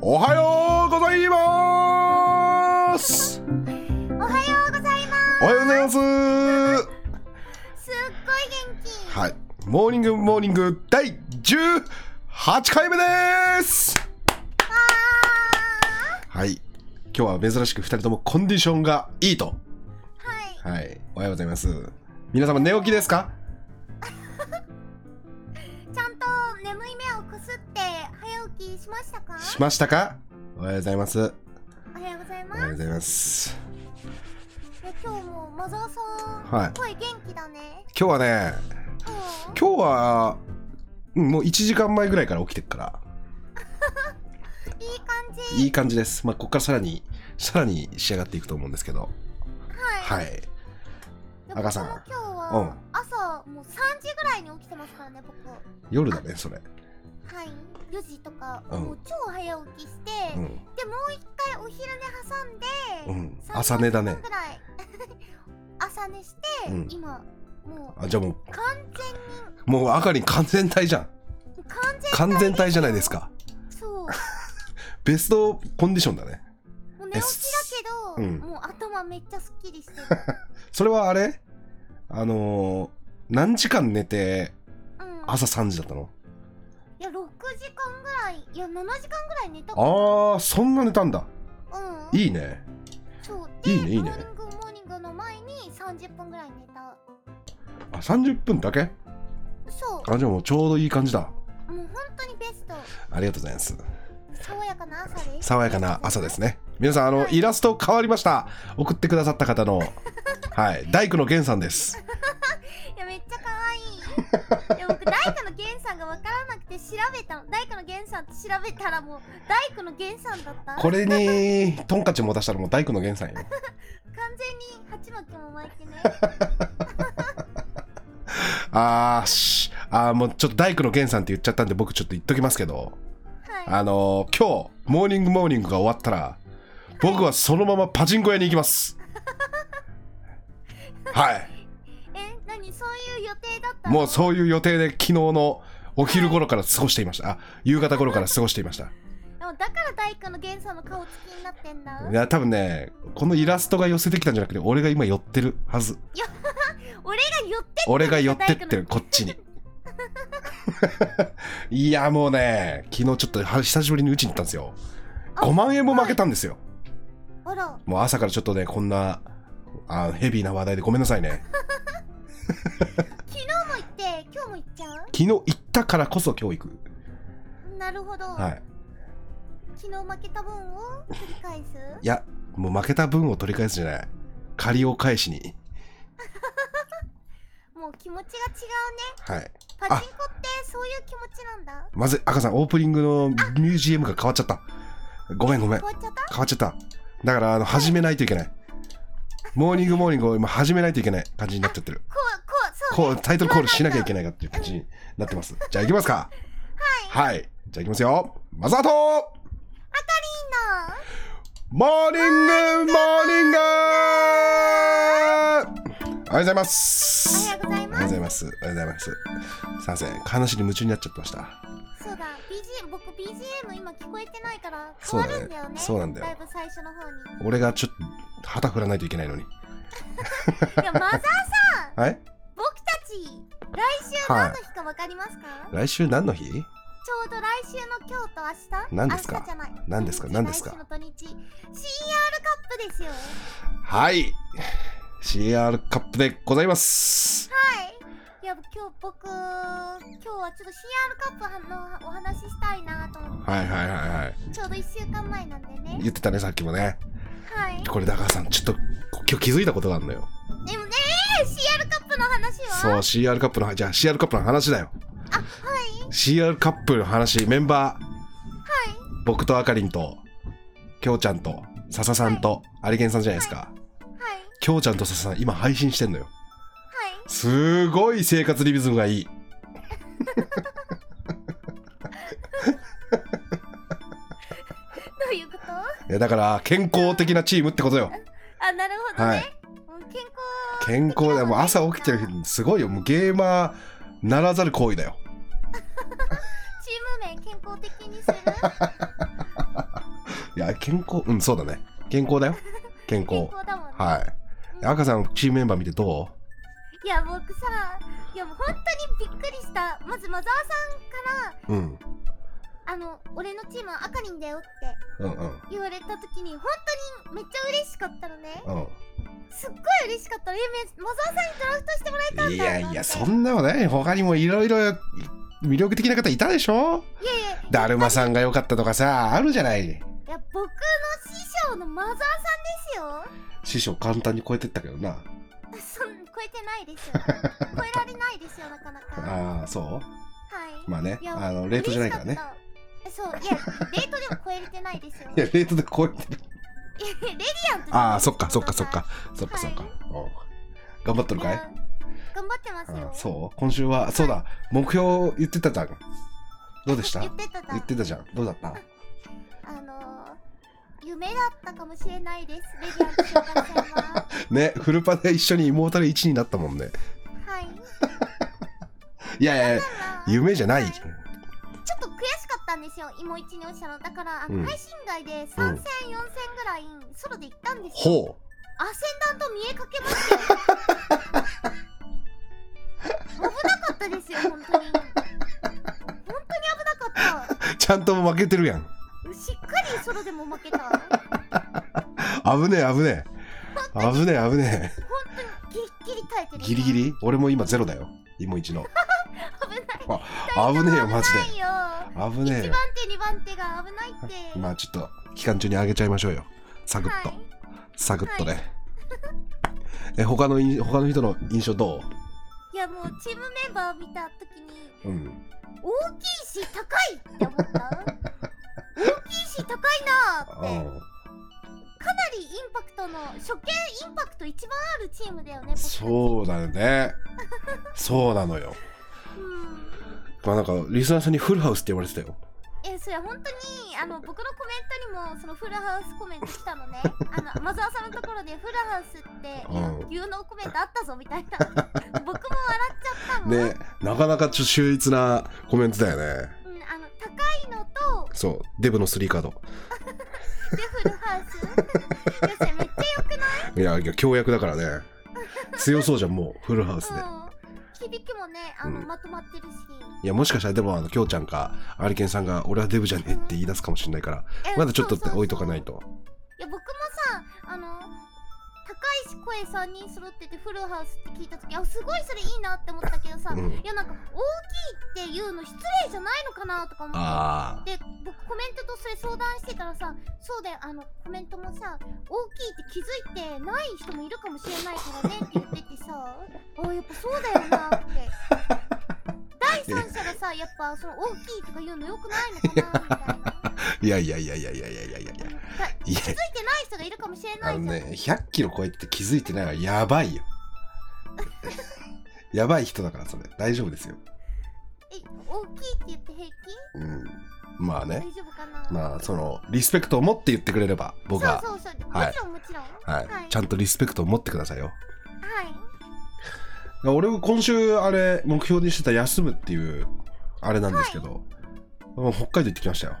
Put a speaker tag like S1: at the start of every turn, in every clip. S1: おはようございます
S2: おはようございま
S1: おはようございます
S2: す。すっごい元気。
S1: はいモーニングモーニング第18回目です
S2: わ
S1: はい今日は珍しく2人ともコンディションがいいと
S2: ーは
S1: は
S2: い。
S1: いおはようございます皆様寝起きですか
S2: ちゃんと眠い目をこすって早起きしましたか？
S1: しましたかおはようございます
S2: おはようござい
S1: おはよう
S2: ま
S1: ご
S2: す。
S1: ざいます
S2: え今日もマザーさん、
S1: はい
S2: 声元気だね。
S1: 今日はね
S2: うん。
S1: 今日はうんもう1時間前ぐらいから起きてっから
S2: いい感じ。
S1: いい感じです。まあ、ここからさらに、さらに仕上がっていくと思うんですけど。は
S2: はい。
S1: い。
S2: で
S1: 赤さん
S2: 僕も今日
S1: うん
S2: は朝もう三時ぐらいに起きてますからね僕。
S1: 夜だね、それ。
S2: はい。四時とか、
S1: うん
S2: もう超早起きして、
S1: うん。
S2: でもう一回お昼寝
S1: う
S2: 挟んで、
S1: ん。
S2: 三
S1: 朝寝だね
S2: 時間。ぐらい 朝寝して、
S1: うん
S2: 今もう
S1: あ、じゃあも
S2: 完全に
S1: う、もう赤に完全体じゃん。
S2: 完全
S1: 完全体じゃないですか。
S2: そう。
S1: ベストコンディションだね。
S2: もう寝起きだけど、
S1: うん
S2: もう頭めっちゃすっきりしてる。
S1: それはあれあのー何時間寝て
S2: うん。い
S1: 朝3時だったの
S2: や、6時間ぐらい、いや、7時間ぐらい寝たか
S1: ああ、そんな寝たんだ。
S2: ら。うん。
S1: いいね。
S2: そう。
S1: いいねいいね
S2: モーニングモーニングの前に30分ぐらい寝た。
S1: あ、30分だけ
S2: そ
S1: あ、じゃあもうちょうどいい感じだ。
S2: う。もう本当にベスト。
S1: ありがとうございます。
S2: 爽やかな朝です。
S1: 爽やかな朝です
S2: ね。
S1: ね皆さんあのイラスト変わりました送ってくださった方 のはい大工の源さんです
S2: いや、めっちゃ可愛 い。いや、僕、大工の源さんが分からなくて調べたの。大工の源さんって調べたらもう、大工の源さんだった。
S1: これにトンカチ持たしたらもう大工の源さんよ
S2: 完全に鉢巻きも巻い てね。
S1: あーしあーもうちょっと大工の源さんって言っちゃったんで僕ちょっと言っときますけど
S2: はい。
S1: あのー今日モーニングモーニングが終わったら僕はそのままパチンコ屋に行きますはい
S2: え、何そういう予定だったの
S1: もうそういう予定で昨日のお昼頃から過ごしていましたあ夕方頃から過ごしていました
S2: でもだから大工の源さんの顔つきになってんだ
S1: いや多分ねこのイラストが寄せてきたんじゃなくて俺が今寄ってるはず
S2: 俺が寄って
S1: 俺が寄ってってるこっちにいやもうね昨日ちょっとは久しぶりにうちに行ったんですよ
S2: あ
S1: 5万円も負けたんですよ、
S2: あら
S1: もう朝からちょっとねこんなあヘビーな話題でごめんなさいね
S2: 昨日も行って今日も行っちゃ
S1: 昨日行ったからこそ今日行く
S2: うなるほど、
S1: はい
S2: 昨日負けた分を繰り返す
S1: いやもう負けた分を取り返すじゃない借りを返しに
S2: もう気持ちが違
S1: は
S2: うね
S1: い
S2: パチンコってそういう気持ちなんだ
S1: まずい赤さんオープニングの BGM が変わっちゃったごめんごめん
S2: 終わっちゃった
S1: 変わっちゃっただからあの始めないといけないモーニングモーニングを今始めないといけない感じになっちゃってる
S2: こうこうそう
S1: こうタイトルコールしなきゃいけないかっていう感じになってますじゃあ行きますかはい、じゃあ行きますよマサト
S2: な
S1: モーニングモーニングおはようございま
S2: おは
S1: す
S2: ようござい
S1: おはようご
S2: ます
S1: ざいますおはようございますすいません話に夢中になっちゃってました
S2: そうだ BGM 僕 BGM 今聞こえてないから
S1: そ
S2: 変
S1: う
S2: わ
S1: だね
S2: るんだよね
S1: そうなんだよ
S2: だいぶ最初の方に
S1: 俺がちょっと旗振らないといけないのに
S2: いやマザーさん
S1: はい
S2: 僕たち来週何の日か分かりますか、
S1: 来週何の日
S2: ちょうど来週の今日と明
S1: 何
S2: 日
S1: ですか
S2: 明日じゃない
S1: 何ですか
S2: 土日
S1: 何ですか
S2: 来週の土日 CR カップですよ
S1: はい CR カップでございます
S2: いや今日僕今日はちょっと CR カップのお話ししたいなと思っ
S1: はいはいはいはい
S2: てちょうど1週間前なんでね
S1: 言ってたねさっきもね
S2: はい
S1: これだからさんちょっと今日気づいたことがあるのよ
S2: でもね CR カップの話
S1: そう
S2: は
S1: CR カップのじゃあ CR カップの話だよ
S2: あはい
S1: CR カップの話メンバー
S2: はい
S1: 僕とあかりんときょうちゃんと笹さんとありげんさんじゃないですか
S2: はい
S1: きょうちゃんと笹さん今配信してんのよ
S2: はい
S1: すごい生活リズムがいい
S2: どういうこと
S1: いやだから健康的なチームってことよ
S2: あなるほどね、
S1: はい
S2: うん健康
S1: 健康だよもう朝起きてる
S2: チー
S1: 日すごいよもうゲーマーならざる行為だよ
S2: ム名健康的にする
S1: いや、健康、うん、そうだね。健康だよ。健
S2: 健
S1: 康。
S2: 康だもんね、
S1: はい。赤さん、チームメンバー見てどう
S2: い、や僕さいやもう本当にびっくりしたまずマザーさんか
S1: うん。
S2: らあの俺のチームは赤にんだよって
S1: うんうん。
S2: 言われた時に本当にめっちゃ嬉しかったのね
S1: うん。
S2: すっごい嬉しかったのえめマザーさんにドラフトしてもらえたんだ
S1: いやいや、そ
S2: なん
S1: なのね、他にもいろいろ魅力的な方いたでしょ
S2: いやいや
S1: だるまさんが良かったとかさ、あるじゃない。
S2: いや僕の師匠のマザーさんで
S1: 師匠簡単に超えてったけどな。
S2: すよ そん超えてないですよ超えられないですよなかなかは
S1: ああ、そ
S2: いう
S1: まあね
S2: い、や
S1: あの、レートじゃないからね
S2: 嬉し。かったそういやレートでも超えれてないですよ
S1: いや、レートで超えてる。
S2: いやレディアント
S1: ああ、そっかそっかそっか
S2: は。
S1: そっかそっか。
S2: はい
S1: うん頑張っと
S2: い
S1: るかい
S2: や頑張ってますよ
S1: あそう今週は、そうだ、目標言ってたじゃん。どうでした
S2: 言ってただ
S1: 言ってたじゃん。どうだった
S2: あのー、夢だったかもしれないですレディアント召喚戦は
S1: ね、フルパで一緒に妹の1になったもんね。
S2: はい
S1: いやいやいや、夢じゃない
S2: は。ちょっと悔しかったんですよ、芋一に落ちたの。だから、あの
S1: うん
S2: 配信外で3戦、4戦ぐらいソロで行ったんですよ。
S1: ほ
S2: アセンダント見えかけましたよ。危なかったですよ、本当に。本当に危なかった。
S1: う。ちゃんと負けてるやん。
S2: しっかりソロでも負けた。本
S1: 危ねえ、危ねえ。危ねえ、危ねえ。
S2: 当にギリギリ耐えてる。
S1: ギリギリ俺も今ゼロだよ。今1の。あ危
S2: 危ない。
S1: ねえよ、マジ
S2: 危な
S1: で。危ね
S2: い
S1: え
S2: よ。1
S1: よ
S2: 番。手、2番手が危ないって。
S1: まあちょっと、期間中にあげちゃいましょうよ。サクッと
S2: はい。、
S1: サクッとね。え、他のい、他の人の印象ど
S2: いや、もうチームメンバーを見たときに、
S1: ううん。
S2: 大きいし高いって思った大きいし高いなーってかな
S1: うん。
S2: りインパクトの初見インパクト一番あるチームだよね僕たち
S1: そうだよね。そうなのよ。
S2: うん
S1: まあなんか、リスナーさんにフルハウスって言われてたよ。
S2: えそれ本当に あの僕のコメントにもそのフルハウスコメント来たのねあのマザーさんのところでフルハウスって
S1: うん
S2: 有能コメントあったぞみた いな僕も笑っちゃったもん、
S1: ね、なかなかちょ秀逸なコメントだよね。
S2: うん、あの高いのと
S1: そう、デブのスリーカード。
S2: でフルハウ スいやそれめっちゃよくない
S1: いや、いや強役だからね。強そうじゃん、もう、フルハウスで。
S2: うん、響きもねあの、
S1: うん
S2: まとまってるし
S1: いや、もしかしたら、でも、あの、きょうちゃんか、アリケンさんが、俺はデブじゃねえって言い出すかもしれないから、
S2: え
S1: まだちょっと
S2: そうそうそう
S1: 置いとかないと。
S2: いや僕もさあの高いし声3人揃っててフルハウスって聞いた時あすごいそれいいなって思ったけどさ、
S1: うん
S2: いやなんか大きいっていうの失礼じゃないのかなとか思って
S1: あ
S2: で僕コメントとそれ相談してたらさそうだよあのコメントもさ大きいって気づいてない人もいるかもしれないからねって言ってて さあやっぱそうだよなって第三者がさやっぱその大きいとか言うのよくないのかなみた いな
S1: あ。いやいやいやいやいやいやいやいやいや。
S2: だ
S1: いや
S2: 気づいてない人がいるかもしれな
S1: あ
S2: い
S1: の
S2: じゃん
S1: ね、100キロ超えて気づいてないのはやばいよ。やばい人だから、それ。大丈夫ですよ。
S2: え大きいって言って平気
S1: うん。まあ
S2: 大
S1: ね。
S2: 丈夫かな、
S1: まあ、その、リスペクトを持って言ってくれれば、僕は、
S2: そうそうそう、
S1: はい
S2: もちろんもちろん
S1: はい、
S2: はい
S1: ちゃんとリスペクトを持ってくださいよ。
S2: はい
S1: 俺、今週、あれ、目標にしてた休むっていう、あれなんですけど、もう北海道行ってきましたよ。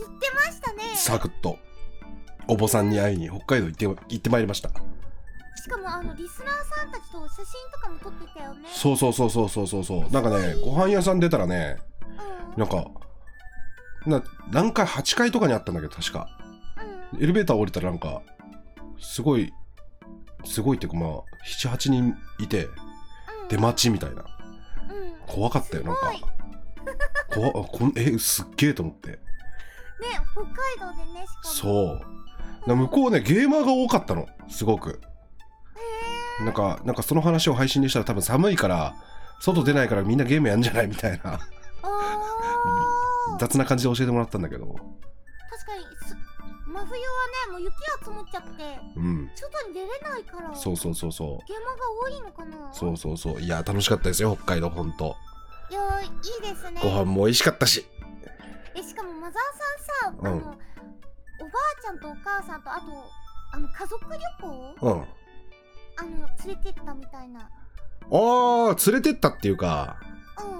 S2: 言ってましたね
S1: サクッと。お坊さんに会いに北海道行って、行ってまいりました。
S2: しかもあのリスナーさんたちと写真とかも撮ってたよね
S1: そうそうそうそうそうそうそう。なんかね、ご飯屋さん出たらね、
S2: うん
S1: なんか、な何回、8階とかにあったんだけど、確か。
S2: うん
S1: エレベーター降りたらなんか、すごい、すごいっていうかまあ、7、8人いて、
S2: うん
S1: 出待ちみたいな。
S2: うんね
S1: 怖かったよ、なんか
S2: す。
S1: 怖あこんえ、すっげえと思って。
S2: 北海道でねしかも
S1: そ
S2: う
S1: う。な向こうね、ゲーマーが多かったの、すごく。なんか、なんかその話を配信にしたら多分寒いから、外出ないからみんなゲームやんじゃないみたい な、
S2: あー
S1: 雑な感じで教えてもらったんだけど。
S2: 確かにす真冬はねもう雪が積もっちゃって
S1: うん。
S2: 外に出れないから
S1: そうそうそうそう。
S2: 現場が多いのかな
S1: そうそうそう。いや、楽しかったですよ、北海道、ほんと。
S2: いやーいいですね
S1: ご飯も美味しかったし。
S2: えしかもマザーさんさ、
S1: うん
S2: あのおばあちゃんとお母さんとあとあの家族旅行
S1: うん。
S2: あの連れてったみたいな、
S1: ああ、連れてったっていうか、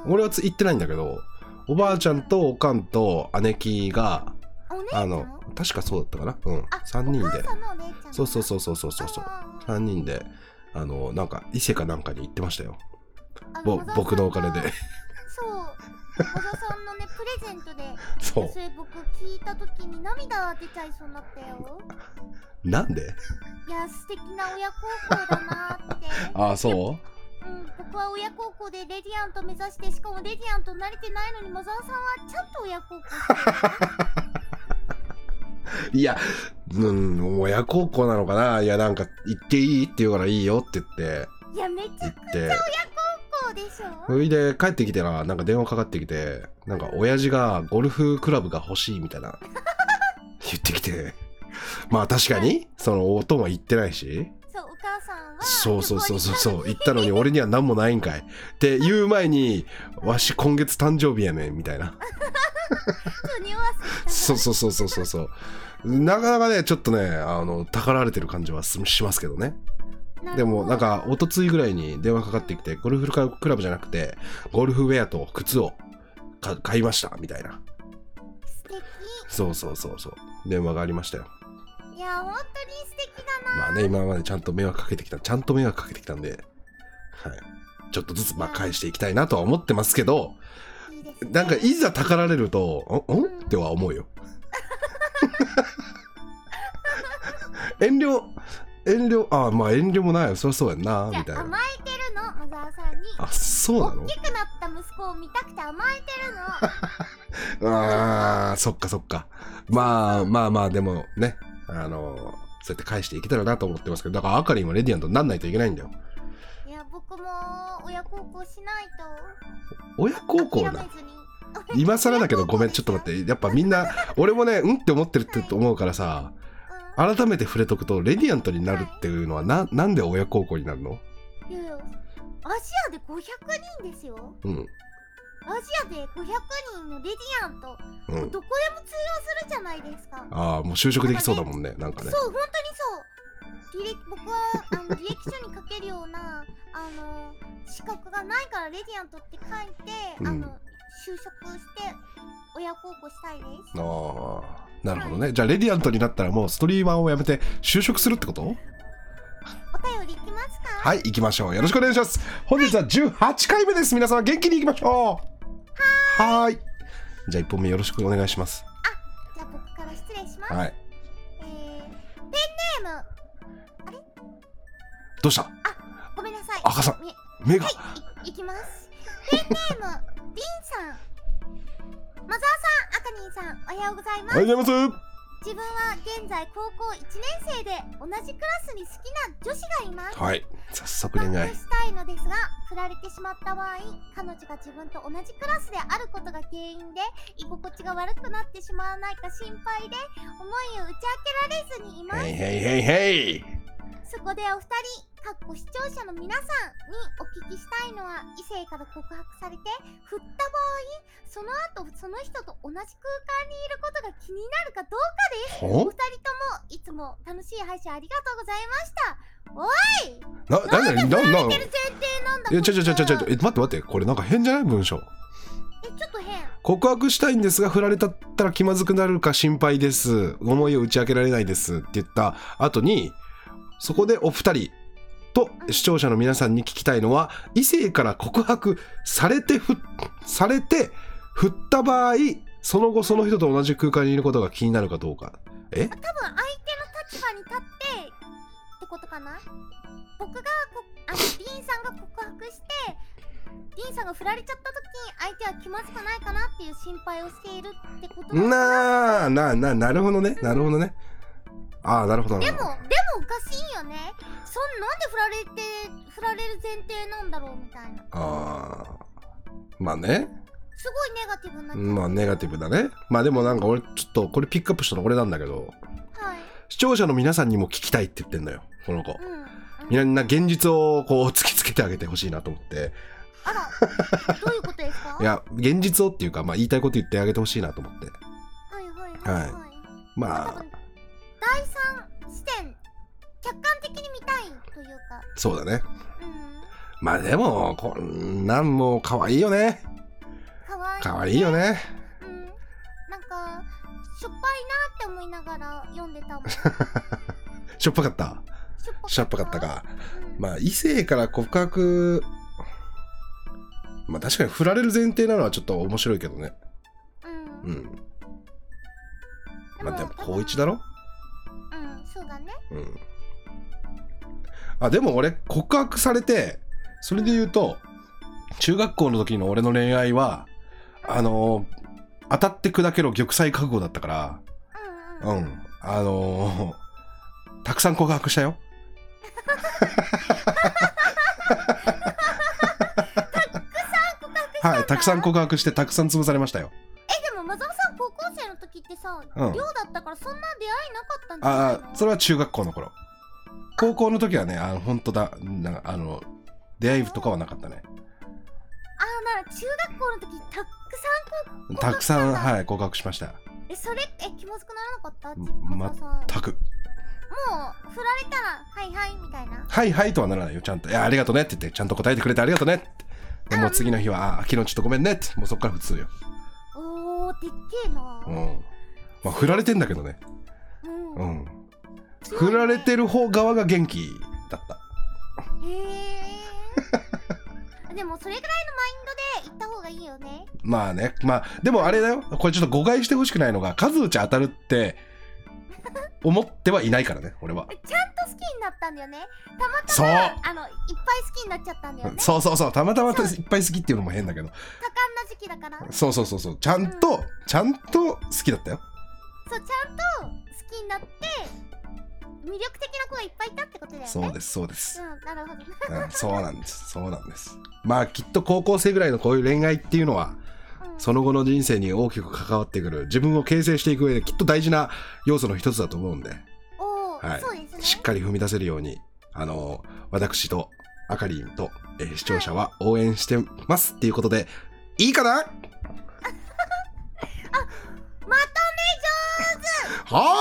S2: うん、
S1: 俺はつ行ってないんだけど、おばあちゃんとおかんと姉貴が、
S2: あお姉ちゃん
S1: あの確かそうだったかなうん
S2: あ
S1: 3人
S2: お
S1: で
S2: 母さんのお姉ちゃん
S1: そうそうそううそうそうそうそう
S2: あ
S1: 3人であのなんか伊勢かなんかに行ってましたよ
S2: あ
S1: ぼ
S2: 野沢さんが
S1: 僕のお金で
S2: そう小田さんのねプレゼントで
S1: そ
S2: それ僕聞いた時に涙が出ちゃいそうになったよ
S1: うなんで
S2: いや素敵な親孝行だな ーって
S1: ああそう
S2: うん、僕は親孝行でレディアント目指してしかもレディアント慣れてないのにマザーさんはちゃんと親孝行してる
S1: いや、うん、親孝行なのかな。いや、なんか、行っていいって言うからいいよって言って、
S2: い やめち
S1: 行
S2: ゃ
S1: っ
S2: く
S1: て。
S2: ちゃでしょ
S1: それで、帰ってきてな、なんか電話かかってきて、なんか、親父がゴルフクラブが欲しいみたいな、言ってきて。まあ確かに、その、おとんは行ってないし、
S2: そうお母さんは
S1: そうそうそうそう
S2: 旅
S1: そう、
S2: 行に
S1: 行ったのに俺には何もないんかい。って言う前に、わし今月誕生日やねん、みたいな。
S2: 行ったのに匂わせ
S1: そうそうそうそうそうそう。なかなかね、ちょっとね、あの、たかられてる感じはすしますけどね。
S2: た
S1: でもなんか一昨日ぐらいに電話かかってきてゴルフクラブじゃなくてゴルフウェアと靴をか買いましたみたいな
S2: 素敵
S1: そうそうそうそう電話がありましたよ
S2: いや本当に素敵だな
S1: まあね今までちゃんと迷惑かけてきたちゃんと迷惑かけてきたんで、はい、ちょっとずつまあ返していきたいなとは思ってますけど
S2: いいですね
S1: なんかいざたかられると「んん?」っては思うよ 遠慮遠慮ああまあ遠慮もないよそりゃそうやんな
S2: じゃ
S1: みたい
S2: あ甘
S1: な
S2: えてるのマザーさんに
S1: あそうなの
S2: 大きくなった息子を見たくて甘えてるの
S1: あーそっかそっかまあまあまあでもねあのそうやって返していけたらなと思ってますけどだからあかりんはレディアントになんないといけないんだよ
S2: いや僕も親孝行しないと
S1: 親孝行だ
S2: 諦めずに
S1: 今更だけどご めんちょっと待
S2: って、
S1: ってやっぱみんな俺もねうんって思ってるって思うからさ
S2: うん
S1: 改めて触れとくとレディアントになるっていうのはななんで親孝行になるの
S2: いやいや、アジアで500人ですよ。
S1: うん
S2: アジアで500人のレディアント、
S1: うん
S2: どこでも通用するじゃないですか。
S1: ああもう就職できそうだもんねなんか
S2: そう、
S1: ね
S2: 本当にそう。履歴僕は あの履歴書に書けるようなあの資格がないからレディアントって書いて、
S1: うん
S2: あの就職して親孝行したいです。
S1: ああなるほどねじゃあレディアントになったらもうストリーマーをやめて就職するってこと
S2: お便りいきますか
S1: はい、行きましょう。よろしくお願いします。本日は18回目です。皆様元気に行きましょう。はーい。じゃあ1本目よろしくお願いします。
S2: じゃあ僕から失礼します。
S1: はい。
S2: えー、ペンネーム、
S1: どうした
S2: ごめんなさい。
S1: 赤さん
S2: み
S1: 目が。
S2: いいきますペンネームリンさんマザーさん、アカニンさん、おはようございま
S1: お
S2: す
S1: はようございま
S2: 自分は現在高校1年生で同じクラスに好きな女子がいます
S1: す。はい。早速
S2: 発
S1: 恋愛
S2: 表。したいのですが振られてしまった場合彼女が自分と同じクラスであることが原因で居心地が悪くなってしまわないか心配で思いを打ち明けられずにいます
S1: へいへいへいへい。
S2: そこでお二人、かっこ視聴者の皆さんにお聞きしたいのは、異性から告白されて、振った場合、その後その人と同じ空間にいることが気になるかどうか、お
S1: ほ
S2: 二人ともいつも楽しい配信ありがとうござ
S1: な、な
S2: いま
S1: んだ
S2: した。なんで
S1: な、
S2: 振ら
S1: な
S2: れてる前提なんだ
S1: いや、ちょちょちょちょちょ、
S2: こ
S1: え、待って待って、これなんか変じゃない文章。
S2: っちはえ、ちょっと変。
S1: 告白したいんですが、振られたったら気まずくなるか心配です。思いを打ち明けられないですって言った後に、そこでお二人と視聴者の皆さんに聞きたいのは、異性から告白されてふ、されて、振った場合、その後その人と同じ空間にいることが気になるかどうか。え
S2: 多分相手の立場に立ってってことかな僕がこあのリンさんが告白してリンさんが振られちゃった時に相手は気まずくないかなっていう心配をしているってことだ
S1: なあ、なあ、なあ、なるほどね。なるほどね。ああ、なるほど。な
S2: で
S1: る
S2: も
S1: ほ
S2: で
S1: ど
S2: もおかしいよねそんなんで振られて振られる前提なんだろうみたいな
S1: ああ。まあね。
S2: すごいネガティブになっちゃう
S1: まあネガティブだね。まあでもなんか俺ちょっとこれピックアップしたの俺なんだけど
S2: はい
S1: 視聴者の皆さんにも聞きたいって言ってんだよこの子。
S2: うん、
S1: み
S2: うん、
S1: んな現実をこう突きつけてあげてほしいなと思って
S2: あら どういうことですか
S1: いや現実をっていうかまあ言いたいこと言ってあげてほしいなと思って
S2: はいはいはいはい、多
S1: まあ
S2: 分第三視点客観的に見たいというか
S1: そうだね
S2: うん
S1: まあでもこんなんもう可愛いよね
S2: かわいい
S1: 可愛いよね
S2: うんなんか正ょっぱいなって思いながら読んで たもん。し
S1: しょっぱかった
S2: ょっぱ
S1: しょっぱかったか。
S2: うん
S1: まあ異性から告白まあ確かに振られる前提なのはちょっと面白いけどね
S2: う
S1: う
S2: ん。
S1: んまあでも
S2: 高
S1: 高一だろ
S2: うん、そうだね。
S1: うんあでも俺告白されてそれで言うと中学校の時の俺の恋愛はあのー当たって砕けろ玉砕覚悟だったから
S2: うんう。
S1: うんんあのーたくさん告白したよはいたくさん告白してたくさん潰されましたよ
S2: え、でも、マザオさん高校生の時ってさ、
S1: うん
S2: 寮だったからそんな出会いなかったんじゃない
S1: あ
S2: の
S1: あそれは中学校の頃高校の時はねあの本当だなあの出会いとかはなかったね
S2: あなら中学校の時たくさんこう
S1: たくさん
S2: 告
S1: はい告白
S2: 白しただ
S1: しました
S2: えそれえ気まずくならなかった
S1: ん
S2: ちマサさんも
S1: たく
S2: う振られたらはいはいみたいな
S1: はいはいとはならないよちゃんと「いやありがとうね」って言ってちゃんと答えてくれてありがとうねってでもう次の日は「あ昨日ちょっとごめんね」ってもうそっから普通よ
S2: おーでっけえな
S1: うんまあ振られてんだけどね
S2: うん、
S1: う
S2: うん
S1: ん振られてる方側が元気だった
S2: へえでもそれぐらいのマインドで行った方がいいよね
S1: まあねまあでもあれだよこれちょっと誤解してほしくないのが数打ち当たるって思ってはいないからね俺は
S2: ちゃんと好きになったんだよねたまた
S1: そう
S2: まあのいっぱい好きになっちゃったんだよね多
S1: そうそうそうたまたまいっぱい好きっていうのも変だけど
S2: 感な時期だから
S1: そうそうそうそうちゃんとちゃんと好きだったよ
S2: そうちゃんと好きになって魅力的な子がいっぱいいたってことだよね
S1: そうですそうです
S2: うんなるほどね
S1: うんそうなんですそうなんですまあきっと高校生ぐらいのこういう恋愛っていうのは
S2: うん
S1: その後の人生に大きく関わってくる自分を形成していく上できっと大事な要素の一つだと思うんで
S2: おお、
S1: はい
S2: そうですね。
S1: しっかり踏み出せるようにあの私とあかりんと、えー視聴者は応援してますっていうことでいいかな
S2: ま
S1: は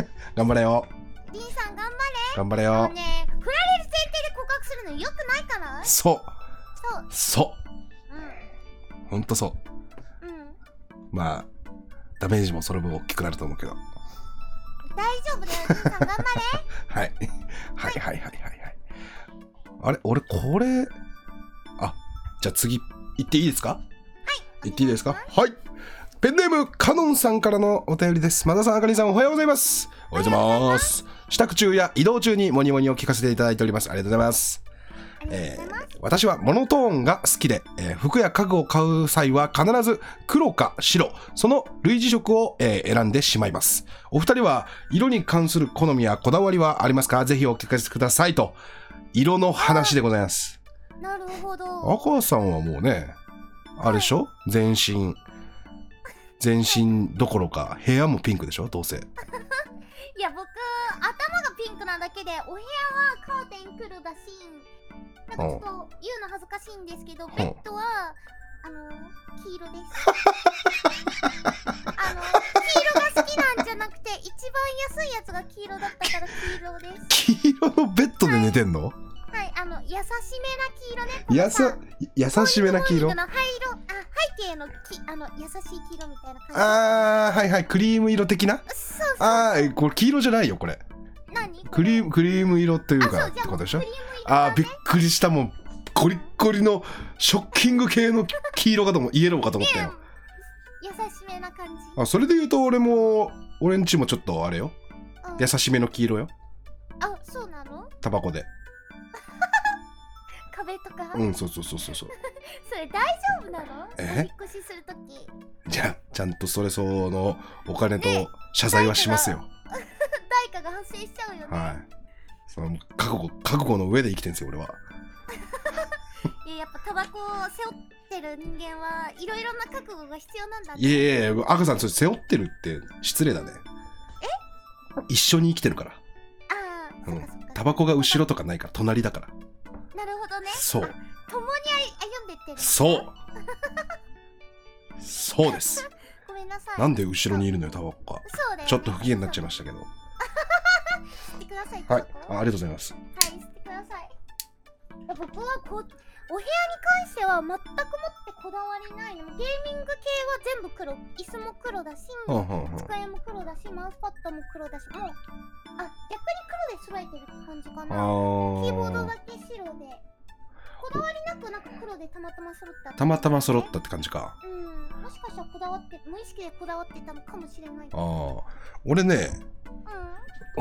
S1: ーい 頑張れよ
S2: とめリンさん頑張
S1: 頑張れ
S2: れ。も
S1: よ
S2: うね、振られる前提で告白するの良くないから。そ
S1: そう
S2: う、、
S1: そううほんとそうん
S2: うん、
S1: まあダメージもその分大きくなると思うけど
S2: 大 丈夫だよ。リンさん頑張れ。
S1: はい。 はいはいはいはいはい。あれ俺これ、あ、じゃあ次、行っていいですかはい。行っていいですかはい。ペンネーム、カノンさんからのお便りです。まださん、あかりんさん、おはようございます。おはようございます。支度中や移動中にモニモニを聞かせていただいております。ありがとうございます。
S2: ありがとうございます。
S1: 私はモノトーンが好きで、えー服や家具を買う際は必ず黒か白その類似色を、えー選んでしまいますお二人は色に関する好みやこだわりはありますかぜひお聞かせくださいと色の話でございます
S2: なるほど。
S1: 赤さんはもうねあれでしょ全身全身どころか部屋もピンクでしょどうせ
S2: いや、僕、頭がピンクなだけで、お部屋はカーテン黒だし。なんかちょっと言うの恥ずかしいんですけど、
S1: ん
S2: ベッドは。あの黄色です あの黄色が好きなんじゃなくて一番安いやつが黄色だったから黄色です
S1: 黄色のベッドで寝てんの
S2: はい、あの優しめな黄色ね。
S1: やさ優しめな黄色
S2: あの灰色、あ、背景のき、あの優しい黄色みたいな感
S1: あーはいはいクリーム色的な
S2: じ。そう、
S1: ああ、これ黄色じゃないよ、これ。
S2: 何？
S1: クリー
S2: ム
S1: ム、クリーム色という
S2: あ、
S1: か、
S2: そ
S1: っ
S2: う
S1: て
S2: じゃあ
S1: こ
S2: も
S1: と
S2: うク
S1: で
S2: リ
S1: し
S2: ー
S1: ょ
S2: ム色だ
S1: ああ、
S2: ね
S1: びっくりした、もう、コリッコリのショッキング系の黄色かと思う、イエローかと思ったよ。
S2: 優しめな感じ。
S1: あ、それで言うと、俺も、俺んちもちょっとあれよ。
S2: うん
S1: 優しめの黄色よ。
S2: あ、そうなの？
S1: タバコで。
S2: 壁とか？
S1: うん、そうそうそうそうそう。
S2: それ大丈夫なの？
S1: え
S2: お引っ越しするとき。
S1: じゃあ、ちゃんとそれ相応のお金と謝罪はしますよ。
S2: 代価が発生しちゃうよね。
S1: はい。その覚悟、覚悟の上で生きてんすよ、俺は。
S2: い、や、やっぱタバコを背負ってる人間はいろいろな覚悟が必要なんだね。
S1: いやいやいや、赤さん、それ背負ってるって失礼だね。一緒に生きてるから。
S2: ああ、そっかそっか。
S1: タバコが後ろとかないから隣だから
S2: なるほどね。
S1: そう
S2: あ共に歩んでってる。
S1: そう。そうです
S2: ごめんなさい。
S1: なんで後ろにいるのよタバコが
S2: そうだよね
S1: ちょっと不機嫌になっちゃいましたけどは
S2: そう捨ててください。
S1: い
S2: タ
S1: ああ
S2: バコ
S1: りがとうございます
S2: はい、捨ててください。やっぱ僕はこお部屋に関しては全くもってこだわりないのゲーミング系は全部黒椅子も黒だし
S1: うんうんうん
S2: 机も黒だしマウスパッドも黒だしもうあ逆に黒で揃えてるって感じか
S1: あ
S2: なキーボード
S1: ー
S2: だけ白でこだわりなくなんか黒でたまたま揃った
S1: たまたま揃ったって感じか
S2: うんもしかしたらこだわって無意識でこだわってたのかもしれない
S1: ああ俺ね
S2: う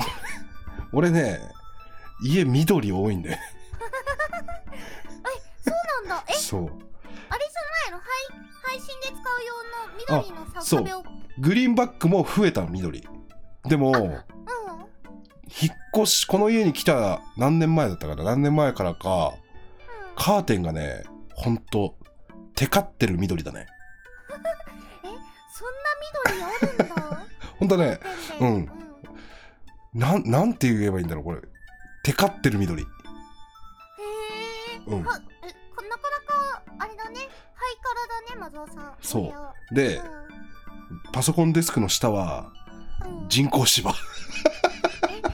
S2: ん
S1: 俺ね家緑多いんで
S2: そうなんだえ
S1: そう
S2: あれじゃないの配配信で使う用の緑のさ
S1: あそう
S2: 壁を
S1: グリーンバックも増えたの緑でも
S2: うん
S1: 引っ越しこの家に来た何年前だったかな何年前からか
S2: うん
S1: カーテンがねほんとテカってる緑だね
S2: そんな緑あるんだ。
S1: ほんとね
S2: 全 然
S1: うんなんなんて言えばいいんだろうこれテカってる緑
S2: へえ。
S1: うん
S2: はえこなかなかあれだね。ハイカラだね、マゾウさん。
S1: そう
S2: これを
S1: でパソコンデスクの下は
S2: うん。うん、え
S1: 人工 芝
S2: 癖強い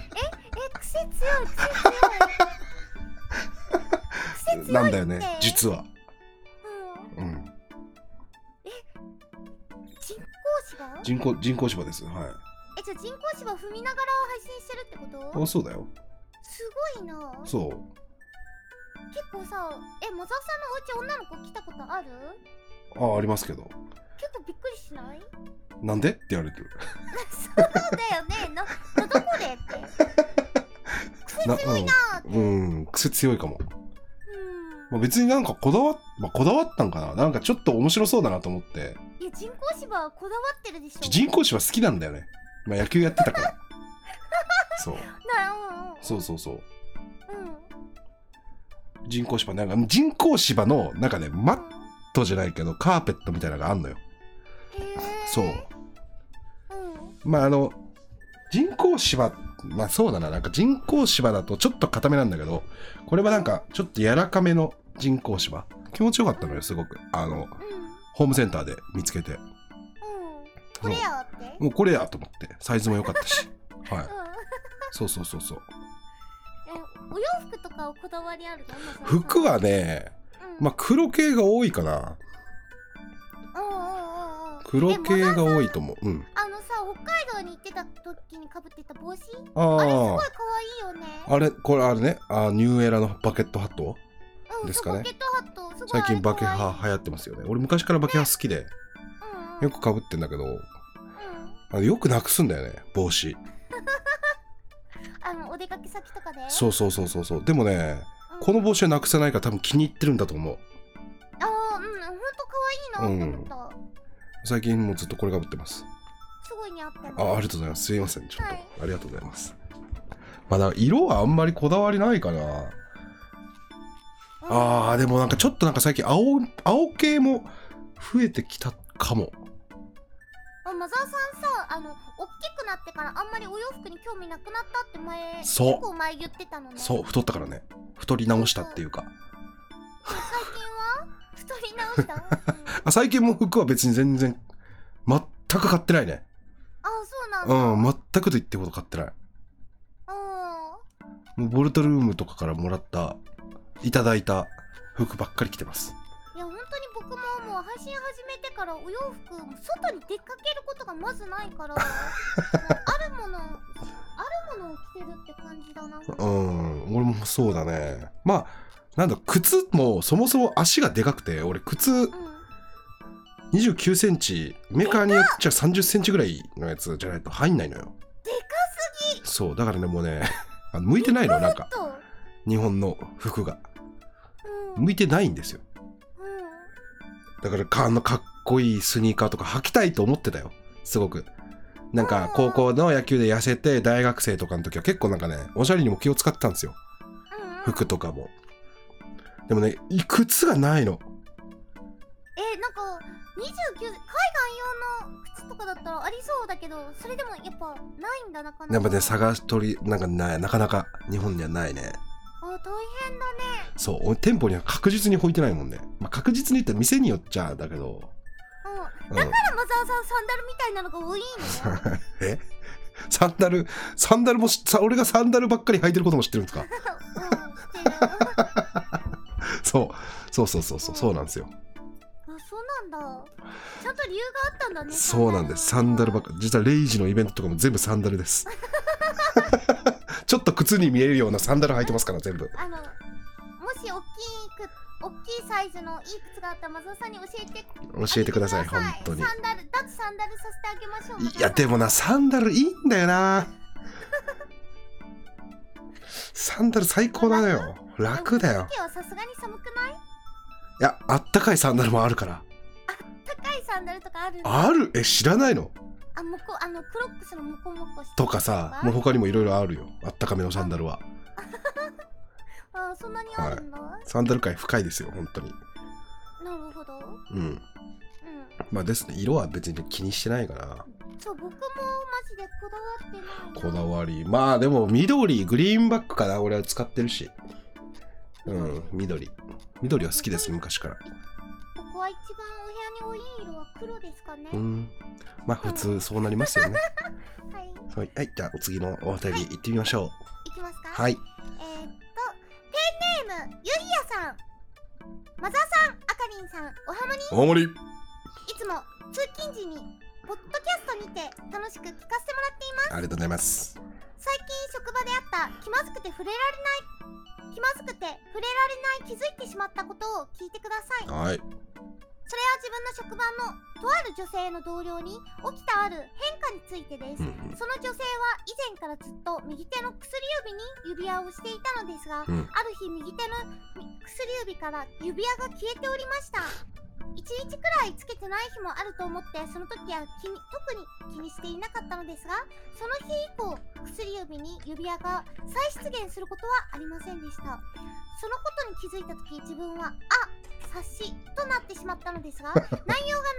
S2: 癖強い。癖強いって。
S1: なんだよね実は
S2: うん。
S1: うん
S2: 人工芝？
S1: 人工人工芝ですはい
S2: えじゃあ人工芝を踏みながら配信してるってこ
S1: あ
S2: と？
S1: そうだよ
S2: すごいな。結
S1: そう
S2: 構さ、えマゾウさんのお家女の子来たことある？
S1: あありますけど
S2: 結構びっくりしない？
S1: なんでって言われてる
S2: そうだよね。な、などこでって。癖強いなーって。
S1: う
S2: うん。
S1: ん癖強いかも、まあ、別になんかこだわっ、まあ、こだわったんかななんかちょっと面白そうだなと思って
S2: いや、人工芝はこだわってるでしょ。
S1: 人工芝好きなんだよね、まあ、野球やってたから そう
S2: な、うんうん。
S1: そうそうそう
S2: うん。
S1: 人工芝なんか人工芝の中でマ
S2: マ
S1: ットじゃないけどカーペットみたいなのがあんのよ
S2: へえ。
S1: そう
S2: うん。
S1: まああの人工芝まあそうだななんか人工芝だとちょっと固めなんだけどこれはなんかちょっと柔らかめの人工芝気持ちよかったのよすごくあのホームセンターで見つけて
S2: うん。うん。これやって。うん。
S1: もうこれやと思ってサイズも良かった しはいそうそうそうそう
S2: え、お洋服とかをこだわりあるの
S1: 服。はねまあ黒系が多いかな
S2: あ、うんうんうんうん。
S1: 黒系
S2: え。
S1: が
S2: マザー
S1: 多いと思ううん
S2: さんあのさ、北海道に行ってた時にかぶってた帽子。あれすご
S1: あ
S2: い
S1: あ
S2: 可愛いよね。
S1: あれこれあれねあーニューエラのバケットハット
S2: うん
S1: ですかね
S2: そうバケットハット。すごい
S1: 最近バケ
S2: あれ可愛い
S1: ハ流行ってますよね俺昔からバケハ好きで
S2: うんうん
S1: よくかぶってんだけど
S2: うん
S1: あのよくなくすんだよね帽子
S2: あのお出かけ先とかで、
S1: そううそうそうそうそうでもね
S2: うん
S1: この帽子はなくせないから多分気に入ってるんだと思う
S2: ああうんほんと可愛いなと思った、
S1: 最近もうずっとこれかぶってます
S2: すごい似合ってる
S1: あありがとうございますすいませんちょっと、
S2: はい
S1: ありがとうございますまあだから色はあんまりこだわりないかなあーでもなんかちょっとなんか最近青青系も増えてきたかも
S2: あマザーさんさあの大きくなってからあんまりお洋服に興味なくなったって前
S1: そう
S2: 結構前言ってたのね
S1: そう太ったからね太り直したっていうか
S2: 最近は太り直し た、うんあ
S1: あ最近も服は別に全然全く買ってないね
S2: そうなん
S1: う
S2: だ
S1: ん全くと言ってほど買ってないもうボルトルームとかからもらったいただいた服ばっかり着てます
S2: うんいや本当に僕ももう配信始めてからお洋服外に出かけることがまずないか らもうあるものあるものを着てるって感じだな
S1: うん俺もそうだねまあなんだ靴もそもそも足がでかくて俺靴
S2: うん
S1: 2 9センチメーカーによっちゃ3 0ンチぐらいのやつじゃないと入んないのよ
S2: でかすぎ
S1: そうだからねもうね あの向いてないのなんか
S2: と、うん、
S1: 日本の服が向いてないんですよ
S2: うん、
S1: だからかあのかっこいいスニーカーとか履きたいと思ってたよすごくなんか
S2: うんう
S1: 高
S2: ん
S1: 校の野球で痩せて大学生とかの時は結構なんかねおしゃれにも気を使ってたんですよ
S2: うん、
S1: 服とかもでもねい靴がないの
S2: えなんか29海外用の靴とかだったらありそうだけどそれでもやっぱないんだなかなか
S1: やっぱね探し取りなんかないなかなか日本にはないね
S2: あ大変だね
S1: そう俺店舗には確実に置いてないもんね、まあ、確実にって店によっちゃだけど、
S2: うん
S1: うん、
S2: マザーさんサンダルみたいなのが多いのね
S1: えサンダルサンダルもしさ俺がサンダルばっかり履いてることも知ってるんですか
S2: うんしてる
S1: そうそうそうそうそうそうなんですよ
S2: あそうなんだちゃんと理由があったんだね
S1: そうなんですサンダルばっか実はレイジのイベントとかも全部サンダルです ちょっと靴に見えるようなサンダル履いてますから全部
S2: あのもし大きく大きいサイズのいい靴があったら松尾さんに教えて
S1: 教えてください
S2: あ
S1: 本
S2: げ
S1: 当に
S2: サンダル脱サンダルさせてあげましょう松尾さん
S1: いやでもなサンダルいいんだよなサンダル最高なのよ楽だよ
S2: でもこの時期はさすがに寒くない
S1: いやあったかいサンダルもあるから
S2: 高いサンダルとかあるの
S1: あるえ知らないの
S2: あもこあのクロックスのモコモコして
S1: とかさもう他にもいろいろあるよあったかめのサンダルは
S2: あそんなにあるんだ、
S1: サンダル界深いですよ本当に
S2: なるほど
S1: うん
S2: う
S1: まあですね色は別に気にしてないかなん
S2: そう僕もマジでこだわってないな
S1: こだわりまあでも緑グリーンバックかな俺は使ってるしうん緑緑は好きです昔から
S2: ここは一番お部屋に多い色は黒ですかね、
S1: うんまあ普通そうなりますよね
S2: はい
S1: はい、はい、じゃあお次のお便り行ってみましょう
S2: いきますか
S1: はいい
S2: えー、っとペンネームゆりやさんマザーさんあかりんさんおはむに
S1: 大森
S2: いつも通勤時にポッドキャストにて楽しく聞かせてもらっています
S1: ありがとうございます
S2: 最近職場であった気まずくて触れられない気まずくて触れられない気づいてしまったことを聞いてくださ
S1: は
S2: い
S1: い
S2: それは自分の職場のとある女性の同僚に起きたある変化についてです、
S1: うんうん
S2: その女性は以前からずっと右手の薬指に指輪をしていたのですが、
S1: うん
S2: ある日右手の薬指から指輪が消えておりました1日くらいつけてない日もあると思ってその時は気に特に気にしていなかったのですがその日以降薬指に指輪が再出現することはありませんでしたそのことに気づいた時自分はあ察しとなってしまったのですが内容が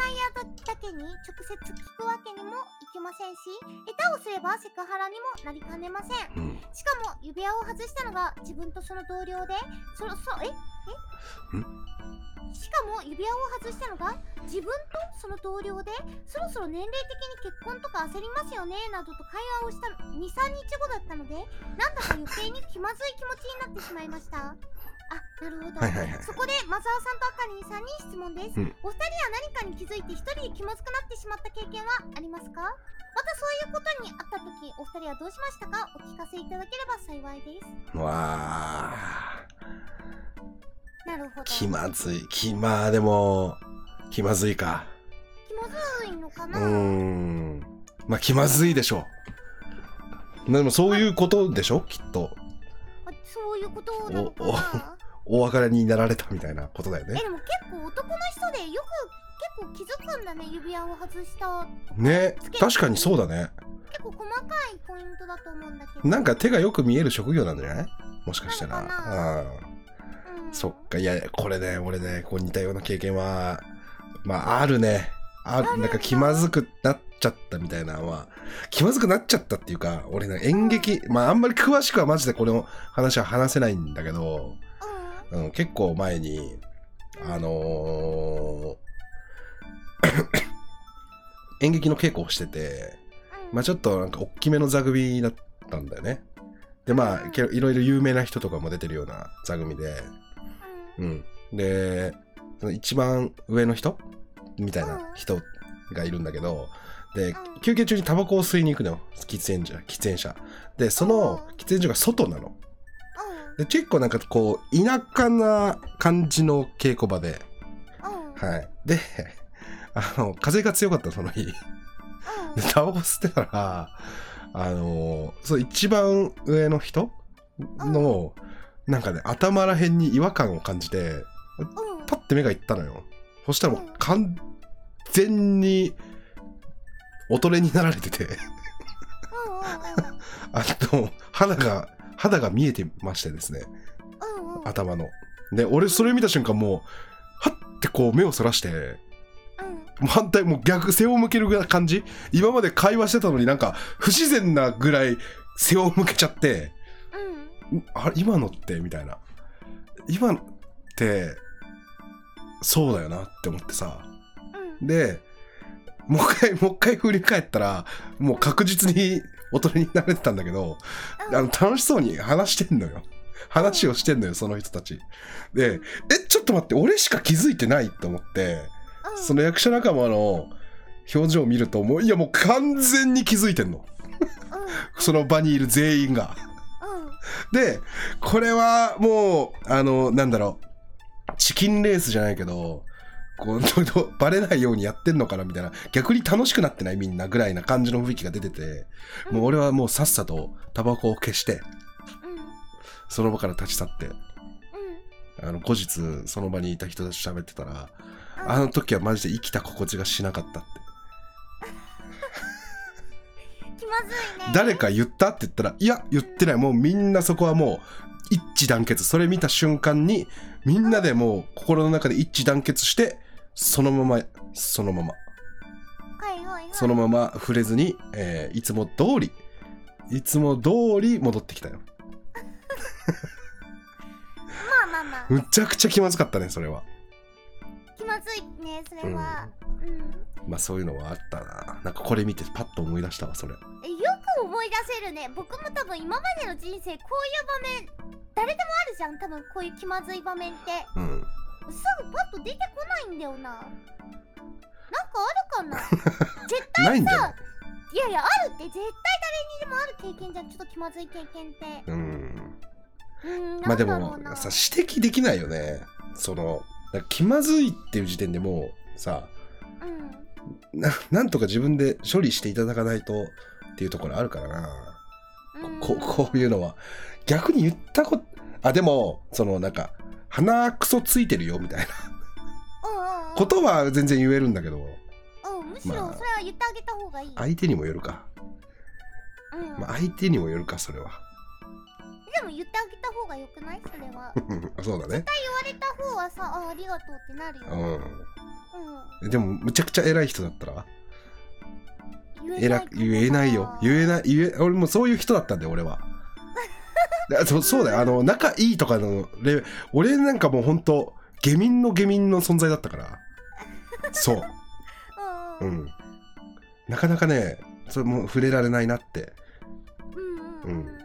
S2: 内容だけに直接聞くわけにもいきませんし下手をすればセクハラにもなりかねませ
S1: うん
S2: んしかも指輪を外したのが自分とその同僚でそのそええしかも指輪を外したのが自分とその同僚でそろそろ年齢的に結婚とか焦りますよねなどと会話をした23日後だったのでなんだか余計に気まずい気持ちになってしまいましたあなるほど、
S1: はいはいはい
S2: そこでマザーさんとアカリンさんに質問です、
S1: うん
S2: お二人は何かに気づいて一人で気まずくなってしまった経験はありますかまたそういうことにあった時お二人はどうしましたかお聞かせいただければ幸いです
S1: わあ
S2: なるほど
S1: 気
S2: 気ま
S1: まずい気まあでも気まずいか
S2: ずいのか
S1: う
S2: な、
S1: ーんまあ気まずいでしょうでもそういうことでしょきっと
S2: あそういうことなのかな
S1: お別れになられたみたいなことだよ
S2: え
S1: ね
S2: でも結構男の人でよく結構気づくんだね指輪を外した
S1: ね確かにそうだね
S2: 結構細かいポイントだと思うんだけど
S1: なんか手がよく見える職業なんじゃないもしかした
S2: なのかな
S1: らうん
S2: うん
S1: そっかいやこれね俺ねこう似たような経験はまああるねあ
S2: あるんだ
S1: なんか気まずくなっちゃったみたいなのは気まずくなっちゃったっていうか俺ね演劇まああんまり詳しくはマジでこの話は話せないんだけど、
S2: うん
S1: うん、結構前にあのー 演劇の稽古をしてて
S2: うん
S1: まあちょっとなんか大きめの座組だったんだよねでまあけいろいろ有名な人とかも出てるような座組で
S2: う
S1: うん、でその一番上の人みたいな人がいるんだけど、で
S2: うん
S1: 休憩中にタバコを吸いに行くのよ喫煙者喫煙者でその
S2: うん
S1: 喫煙所が外なの
S2: ん
S1: で結構なんかこう田舎な感じの稽古場で
S2: うんうん
S1: はいで あの風が強かったのその日
S2: うん
S1: でタバコ吸ってたらあのそう一番上の人の、なんかね頭らへんに違和感を感じて
S2: うん
S1: パッて目がいったのよそしたらもう完全に衰えになられてて あの肌が肌が見えてましてですね
S2: うんうんうんうんうん
S1: 頭ので俺それ見た瞬間もうはってこう目をそらして
S2: うん
S1: もう反対もう逆背を向ける感じ今まで会話してたのになんか不自然なぐらい背を向けちゃって
S2: うん
S1: んあれ今のってみたいな今のってそうだよなって思ってさ
S2: うん
S1: でもう一回もう一回振り返ったらもう確実に大人になれてたんだけどあの楽しそうに話してんのよ話をしてんのよその人たちでえちょっと待って俺しか気づいてないと思って
S2: うん
S1: その役者仲間の表情を見るともういやもう完全に気づいてんのその場にいる全員が
S2: うんうん
S1: でこれはもうあのなんだろうチキンレースじゃないけどこうどどバレないようにやってんのかなみたいな逆に楽しくなってないみんなぐらいな感じの雰囲気が出ててもう俺はもうさっさとタバコを消して
S2: うん
S1: その場から立ち去って
S2: うん
S1: あの後日その場にいた人たちと喋ってたらあの時はマジで生きた心地がしなかったって
S2: 気まずいね
S1: 誰か言ったって言ったらいや言ってないもうみんなそこはもう一致団結それ見た瞬間にみんなでもう心の中で一致団結してそのままそのまま
S2: はいはいはい
S1: そのまま触れずに、えーいつも通りいつも通り戻ってきたよ
S2: まあまあまあ
S1: むちゃくちゃ気まずかったねそれは
S2: 気まずいねそれはうん、
S1: まあそういうのはあったななんかこれ見てパッと思い出したわそれ
S2: えよく思い出せるね僕も多分今までの人生こういう場面誰でもあるじゃん多分こういう気まずい場面って
S1: うん
S2: すぐパッと出てこないんだよななんかあるかな 絶対
S1: ないんだよね
S2: いやいやあるって絶対誰にでもある経験じゃんちょっと気まずい経験って
S1: うん
S2: うーん
S1: まあで
S2: なんだろ
S1: も
S2: うな
S1: さ指摘できないよねそのだから気まずいっていう時点でもうさ
S2: うん
S1: ななんとか自分で処理していただかないとっていうところあるからな
S2: うん
S1: ここういうのは逆に言ったことあでもそのなんか鼻くそついてるよみたいな
S2: うんうんうん
S1: ことは全然言えるんだけど
S2: うん、むしろ
S1: まあ
S2: それは言ってあげた方がいい。
S1: 相手にもよるか、
S2: うん、
S1: まあ、相手にもよるかそれは
S2: でも言ってあげた方がよくないそれは。言
S1: そうだね
S2: われた方はさ、あありがとうってなるよ。
S1: うんでもむちゃくちゃ偉い人だったら
S2: うん、
S1: えら言えないよ言え
S2: い。
S1: ない言え俺もそういう人だったんで俺はだそうそうだよあの仲いいとかのレベ俺なんかもうほんと下民の下民の存在だったからそう
S2: うん
S1: う
S2: うん
S1: んなかなかねそれもう触れられないなって
S2: うんう
S1: うんん
S2: うん。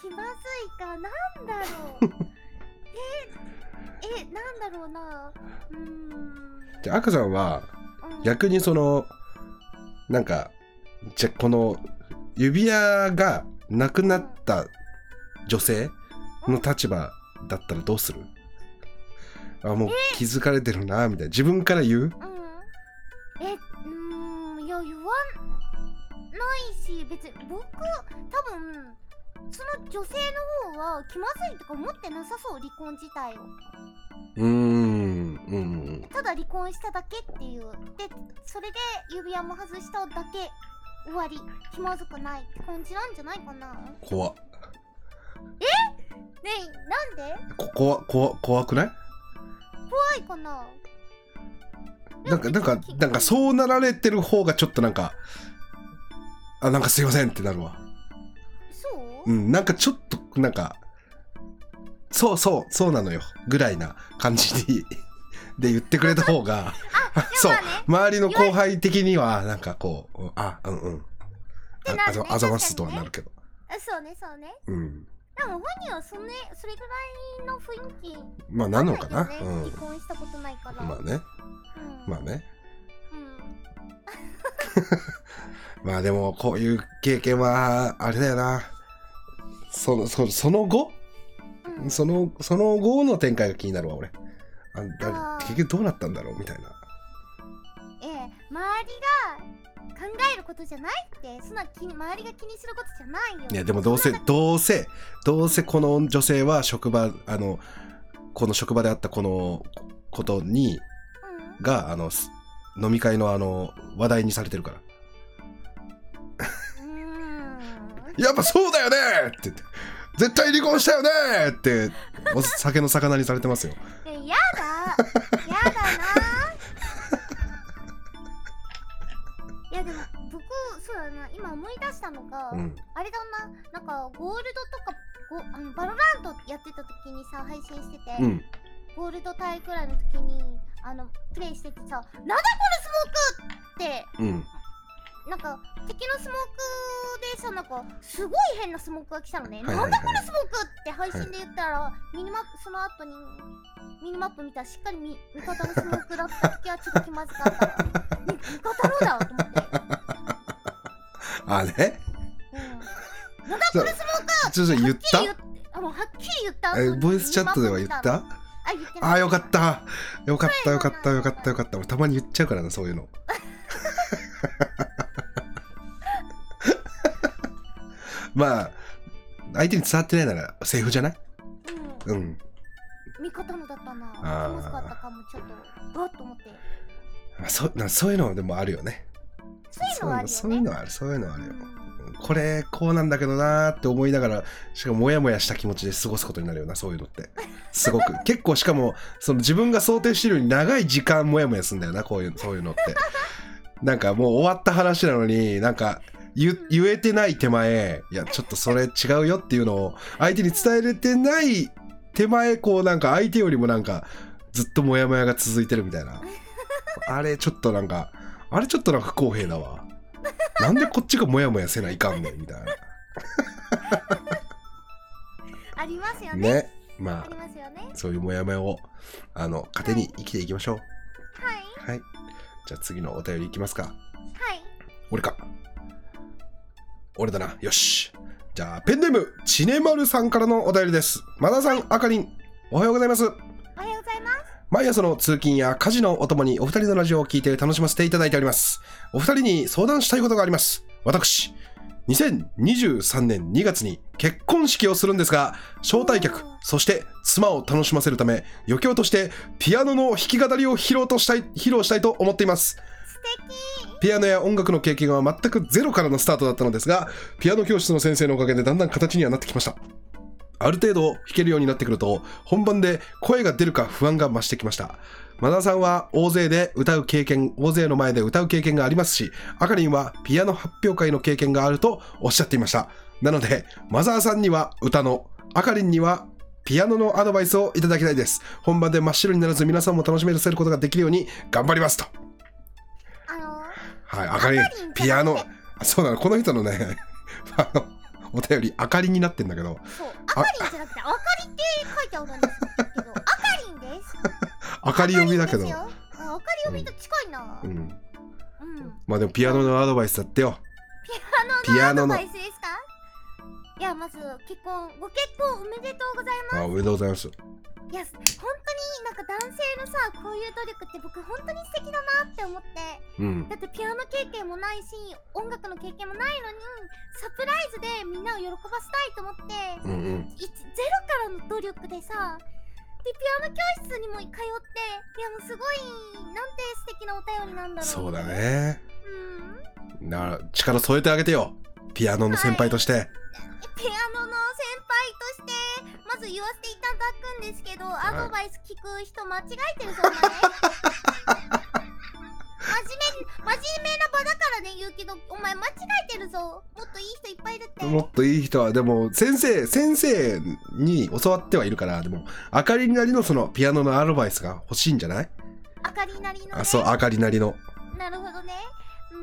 S2: 気まずいか、なん だろう。え、え、なんだろうな。うーん。
S1: じゃあ赤さんは
S2: うん、
S1: 逆にそのなんかじゃあこの指輪がなくなった女性の立場だったらどうするあもう気づかれてるなみたいな自分から言う
S2: うん。え、うーん、いや、言わないし、別に僕、多分、その女性の方は気まずいとか思ってなさそう、離婚自体を。
S1: うーんうん
S2: ただ離婚しただけっていう。で、それで指輪も外しただけ。終わり気まずくないって感じなんじゃないかなね
S1: 怖っ
S2: えなんで
S1: ここは怖怖くない
S2: 怖いかな
S1: なんかなんかなんかそうなられてる方がちょっとなんかあなんかすいませんってなるわ
S2: そう
S1: う、んなんかちょっとなんかそうそうそうなのよぐらいな感じに で言ってくれた方が そう
S2: まあね
S1: 周りの後輩的にはなんかこううんあうんうん
S2: て
S1: あ
S2: な
S1: あ
S2: るね
S1: ざあざますとは
S2: 確か
S1: なる
S2: に
S1: けど、
S2: そうねそうね
S1: うん
S2: でも本人はそれそれぐらいの雰囲気
S1: まあなのかな、
S2: ないよね離婚したことないから。
S1: うんまあね
S2: うん
S1: まあね
S2: うん
S1: まあでもこういう経験はあれだよなそのそその後
S2: うん
S1: そのその後の展開が気になるわ俺あだ
S2: あー
S1: 結局どうなったんだろうみたいな
S2: ええ周りが考えることじゃないって、そんな気に周りが気にすることじゃないよ。
S1: いやでもどうせどうせどうせこの女性は職場あのこの職場であったこのことに
S2: う
S1: があのす飲み会のあの話題にされてるから
S2: ん。うーん。
S1: やっぱそうだよねって言って絶対離婚したよねってお酒の魚にされてますよ
S2: えやだ。やだな。いやでも僕そうだな今思い出したのが、
S1: うん
S2: あれだななんかゴールドとかゴあのバロラントやってた時にさ配信してて、
S1: うん
S2: ゴールドタイくらいの時にあのプレイしててさ「なんだこのスモーク!」って
S1: うん
S2: なんか敵のスモークでさなんかすごい変なスモークが来たのね、
S1: はいはいはい
S2: なんだこのスモークって配信で言ったら、ミニマップその後にミニマップ見たらしっかりみ味方のスモークだった時はちょっと気まずかったわみ味方のだわと思って、
S1: あれ
S2: うん、なんだこのスモーク
S1: ちょっと言っ
S2: はっきり言ったあもうはっきり言った
S1: た
S2: 後
S1: え
S2: に
S1: ボイスチャットでは言っ
S2: ミニマップ見
S1: た
S2: あ言ってない
S1: あーよかったよかったよかったよかったよかった俺たまに言っちゃうからなそういう のまあ相手に伝わってないならセーフじゃない
S2: うん
S1: うん
S2: 味方のだったな気
S1: あー
S2: まずかったかもちょっとうわっと思って
S1: まあそうなそういうのでもあるよね
S2: そういうのはあるよね
S1: そういうのはあるそういうのはあるよ
S2: うん
S1: これこうなんだけどなーって思いながらしかもモヤモヤした気持ちで過ごすことになるよなそういうのってすごく結構しかもその自分が想定してるより長い時間モヤモヤするんだよなこういうそういうのってなんかもう終わった話なのになんか言言えてない手前いやちょっとそれ違うよっていうのを相手に伝えれてない手前こうなんか相手よりもなんかずっとモヤモヤが続いてるみたいなあれちょっとなんかあれちょっとなんか不公平だわなんでこっちがモヤモヤせないかんねんみたい
S2: ありますよ
S1: な
S2: ね。
S1: ねま
S2: あ
S1: あ
S2: りますよね。
S1: そういうモヤモヤをあの糧に生きていきましょう
S2: はい。
S1: はいじゃあ次のお便りいきますか
S2: はい。
S1: 俺か俺だなよしじゃあペンネームちねまるさんからのお便りですマダさんあかりんおはようございます
S2: おはようございます。
S1: 毎朝の通勤や家事のお供にお二人のラジオを聞いて楽しませていただいております。お二人に相談したいことがあります。私、2023年2月に結婚式をするんですが、招待客
S2: おー、
S1: そして妻を楽しませるため、余興としてピアノの弾き語りを披露としたい、披露したいと思っています。
S2: 素
S1: ピアノや音楽の経験は全くゼロからのスタートだったのですが、ピアノ教室の先生のおかげでだんだん形にはなってきました。ある程度弾けるようになってくると、本番で声が出るか不安が増してきました。マダさんは大勢で歌う経験、大勢の前で歌う経験がありますし、あかりんはピアノ発表会の経験があるとおっしゃっていました。なので、マザーさんには歌の、あかりんにはピアノのアドバイスをいただきたいです。本番で真っ白にならず皆さんも楽しめるせることができるように頑張りますと。
S2: 敵。あの
S1: はい、あかりん
S2: あかりんじゃなく、て
S1: ピアノ、あそうなの、この人のね、 あの、お便り、あかりんになってんだけど、
S2: そう。あかりんじゃなくて、あかりって書いてあるんですけど、あかりんです。
S1: あかり読みだけ
S2: で
S1: ど
S2: す、よああかり読みと近いな。
S1: う
S2: うん。
S1: ん、まあでもピアノのアドバイスだってよ。
S2: ピアノの
S1: ピ
S2: ア
S1: ア
S2: ドバイスですかいや、まず結婚、ご結婚おめでとうございます。
S1: あ、おめでとうございます。
S2: いや、本当になんか男性のさ、こういう努力って僕本当に素敵だなって思って。
S1: うん、
S2: だってピアノ経験もないし音楽の経験もないのにサプライズでみんなを喜ばせたいと思って
S1: うん、うん、
S2: いちゼロからの努力でさでピアノ教室にも通っていやもうすごいなんて素敵なお便りなんだろう
S1: そうだね。
S2: うん
S1: だから、力添えてあげてよ。ピアノの先輩として。
S2: ピアノの先輩としてまず言わせていただくんですけど、
S1: い
S2: アドバイス聞く人間違えてるそうだね 真面目真面目な場だからね言うけどお前間違えてるぞもっといい人いっぱいいるって
S1: もっといい人は、でも、先生、先生に教わってはいるから、でも、あかりんなりのそのピアノのアドバイスが欲しいんじゃない
S2: あかりなりの、ね、
S1: あ、そう、あかりなりの。
S2: なるほどねう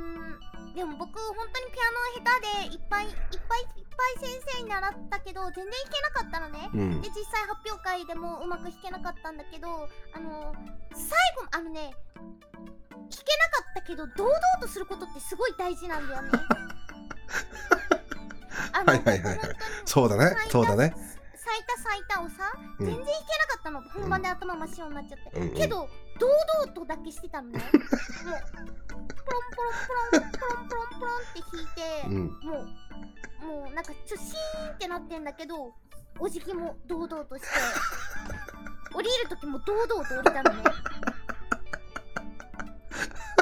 S2: ーんでも僕本当にピアノ下手でいっぱいいっぱいいっぱい先生に習ったけど全然弾けなかったのね
S1: うん
S2: で、実際発表会でもうまく弾けなかったんだけどあの最後あのね弾けなかったけど堂々とすることってすごい大事なん だよねあの
S1: はいはいはいはい
S2: 本当に
S1: そうだね、そうだね。
S2: 咲いた咲いたをさ
S1: うん
S2: 全然弾けなかったの、本番で頭真っ白になっちゃって、
S1: うんうん
S2: けど堂々とだけしてたのねもうポロンポロンポロンポロンポロンポロンって
S1: う
S2: 弾いて、
S1: ん、
S2: もうもうなんかちょっとシーンってなってんだけどお辞儀も堂々として降りる時も堂々と降り たのね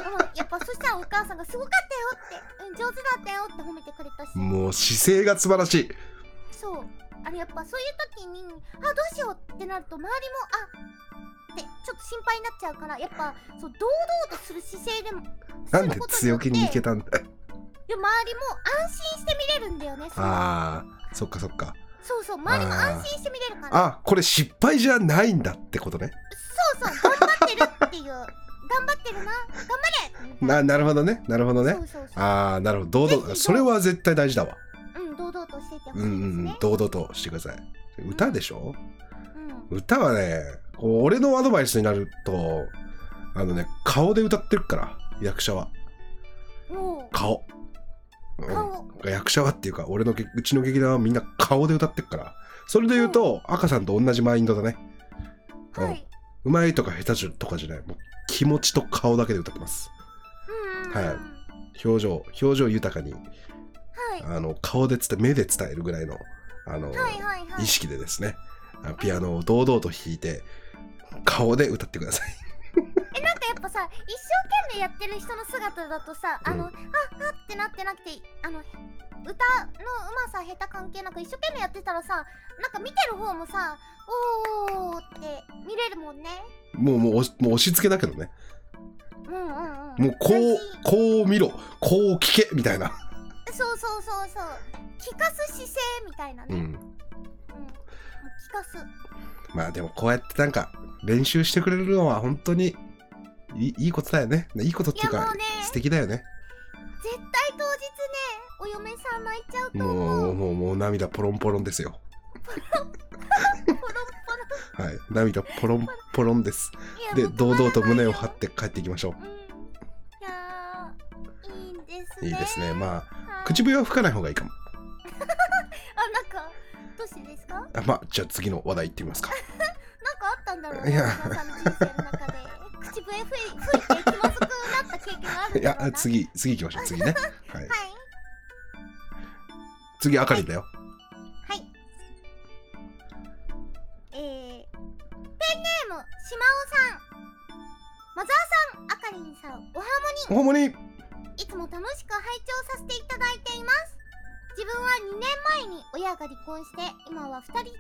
S2: うんやっぱそしたらお母さんが「すごかったよ」って、うん「上手だったよ」って褒めてくれたし
S1: もう姿勢が素晴らしい。
S2: そうあれやっぱそういう時にあどうしようってなると周りもあってちょっと心配になっちゃうからやっぱそう堂々とする姿勢でも
S1: なんで強気にいけ
S2: た
S1: たんだ
S2: で周りも安心して見れるんだよねその
S1: ああそっかそっか
S2: そうそう周りも安心して見れるから
S1: あこれ失敗じゃないんだってことね
S2: そうそう頑張ってるっていう 頑張ってるな頑張れみたい
S1: ななるほどねなるほどね
S2: そうそうそう
S1: ああなるほど堂々それは絶対大事だわ
S2: うん堂々としててほし
S1: う
S2: いです
S1: んうんうん
S2: ね
S1: 堂々としてください歌でしょ
S2: うん、
S1: 歌はねこう俺のアドバイスになるとあのね顔で歌ってるから役者は
S2: も
S1: 顔、
S2: う
S1: う
S2: 顔
S1: ん、役者はっていうか俺のげうちの劇団はみんな顔で歌ってるからそれで言うと、赤さんと同じマインドだねうん
S2: はい、
S1: うまいとか下手とかじゃないもう気持ちと顔だけで歌ってます
S2: うんうんうん、
S1: はい表情表情豊かに
S2: はい
S1: あの顔で伝え目で伝えるぐらいのあの、
S2: はいはいはい
S1: 意識でですねあピアノを堂々と弾いて顔で歌ってください
S2: えなんかやっぱさ一生懸命やってる人の姿だとさあの、
S1: う
S2: ああってなってなくてあの歌のうまさ下手関係なく一生懸命やってたらさなんか見てる方もさおーって見れるもんね
S1: もうもう押しもう押し付けだけどね
S2: うんうんうん
S1: もうこう
S2: 最近
S1: こう見ろこう聞けみたいな、
S2: そうそうそうそう聞かす姿勢みたいなね、
S1: う
S2: うん
S1: ん、
S2: もう聞かす
S1: まあでもこうやってなんか練習してくれるのは本当にいいいいことだよねいいことっていう
S2: いや
S1: か
S2: もうね
S1: 素敵だよね
S2: 絶対当日ねお嫁さん泣いちゃうと
S1: も
S2: 思
S1: う
S2: う
S1: もうもう涙ポロンポロンです よ
S2: ポロンポロ
S1: はい涙ポロンポロンです
S2: ンい
S1: で
S2: やもう止ま
S1: 堂
S2: らな
S1: 々
S2: いよ
S1: と胸を張って帰っていきましょ
S2: うんいやーいいんです
S1: う
S2: ね
S1: いいですねまあ
S2: はい
S1: 口笛は吹かない方がいいかも
S2: あなんかどうしてですかなんか
S1: あまあじゃあ次の話題いってみますか
S2: あったんだろう
S1: いや
S2: なさんの人生の中で口笛吹い吹いて気まずくなった経験がある
S1: い
S2: んだろうな
S1: や次次行きましょう次ね、はい、
S2: はい
S1: 次あかりんだよ
S2: はいえー、ペンネームしまおさんマザーさんあかりんさんおはもに
S1: おはもに
S2: いつも楽しく拝聴させていただいています自分は2年前に親が離婚して今は2人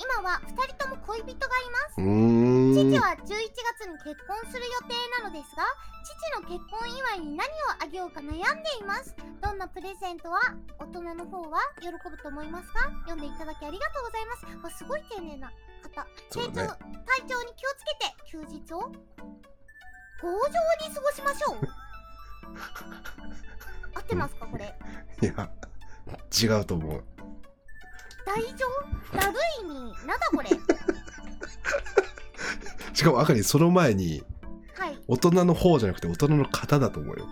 S2: 今は2人とも恋人がいます
S1: う
S2: 父
S1: ーん
S2: は11月に結婚する予定なのですが父の結婚祝いに何をあげようか悩んでいますどんなプレゼントは大人の方は喜ぶと思いますか読んでいただきありがとうございますわすごい丁寧な方
S1: そう
S2: 体
S1: だね
S2: 調体調に気をつけて休日を強情に過ごしましょう合ってますかこれ
S1: いや違うと思う
S2: 大丈夫だるいになんだこれ
S1: しかもあかりんその前に
S2: はい
S1: 大人の方じゃなくて大人の方だと思うよ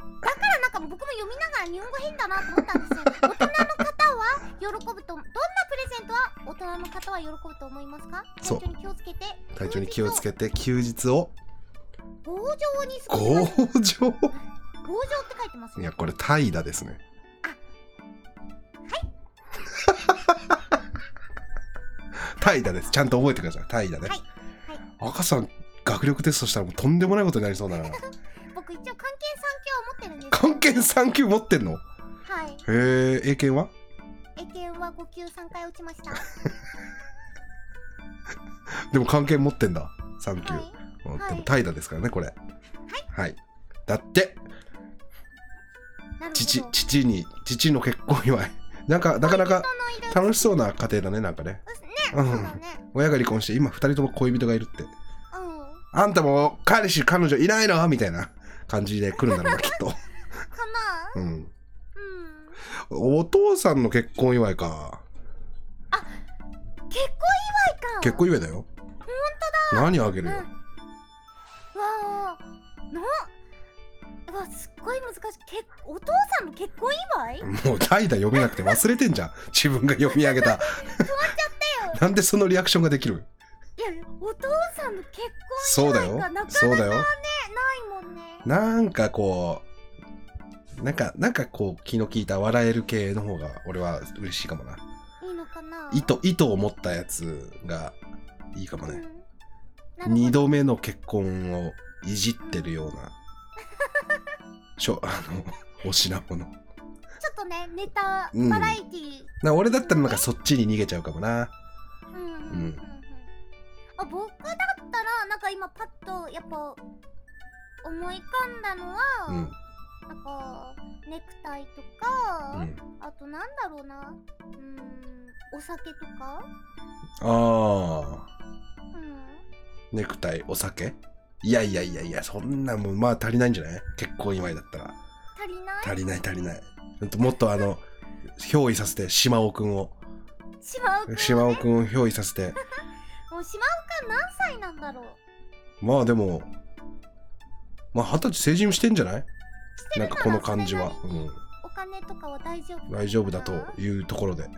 S2: なんか僕も読みながら日本語変だなと思ったん ですよ。大人の方は喜ぶとどんなプレゼントは大人の方は喜ぶと思いますか？
S1: そう
S2: 体調に気をつけて。
S1: 体調に気をつけて休日を
S2: 棒状に過
S1: 強
S2: ごします。棒
S1: 情
S2: 状って書いてます
S1: い
S2: ね。
S1: やこれ怠惰ですねはい怠惰ですちゃんと覚えてください怠惰ね
S2: はい
S1: 赤さん学力テストしたらもうとんでもないことになりそうだな
S2: 僕一応関係三級は持ってるんですけど。
S1: 関係3級持ってんのへ
S2: はい。
S1: え英検は
S2: 英検は5級3回落ちました。は
S1: でも関係持ってんだ3級、
S2: い。
S1: うん
S2: はい
S1: でも怠惰ですからねこれはい、だって
S2: なるほど。
S1: 父父に父の結婚祝いなんかなかなか
S2: 人のいる。
S1: 楽しそうな家庭だねなんかね
S2: う
S1: う
S2: っね。そうだ
S1: ん
S2: ね。
S1: 親が離婚して今2人とも恋人がいるって
S2: うん。
S1: あんたも彼氏彼女いないのみたいな感じで来るんだ ろうなきっと、
S2: かな？
S1: うん、
S2: うん。
S1: お父さんの結婚祝いか
S2: 結婚祝いか。
S1: 結婚祝いだよ本当だ何あげるよ、
S2: うん、わあのうわすっごい難しいけお父さんの結婚祝い止まっ
S1: もう代打読めなくて忘れてんじゃん自分が読み上げた
S2: ちゃったよ
S1: なんでそのリアクションができる
S2: いやお父さんの結
S1: そ
S2: 婚
S1: うだ
S2: 祝い
S1: よ
S2: がなかなか
S1: そうだよ
S2: ないもんね
S1: なんかこうなんかなんかこう気の利いた笑える系の方が俺は嬉しいかもない
S2: いのかな
S1: 糸糸を持ったやつがいいかも
S2: うん
S1: ね、
S2: なるほど
S1: 二度目の結婚をいじってるよう なしょあのお品物
S2: ちょっとねネタ
S1: うん
S2: バラエティー
S1: な俺だったらなんかそっちに逃げちゃうかもな
S2: うんうんう
S1: う
S2: んうんんあ僕だったらなんか今パッとやっぱ思い浮かんだのは、
S1: うん
S2: なんかネクタイとか、
S1: うん
S2: あとなんだろうなうーんお酒とか
S1: あー
S2: うん
S1: ネクタイお酒いやいやいやいや、そんなもん、まあ足りないんじゃない結婚祝いだったら。
S2: 足りない
S1: 足りない足りない。ほんともっとあの、憑依させて、島尾くんを。
S2: 島尾くん
S1: 島尾くんを憑依させて。
S2: もう島尾くん何歳なんだろう
S1: まあでも、まあ二十歳成人してんじゃない
S2: して
S1: なん
S2: るら
S1: かこの感じは。
S2: それなりに
S1: う
S2: お金とかは大丈夫
S1: ん。大丈夫だと
S2: うんい
S1: いうところで。
S2: やー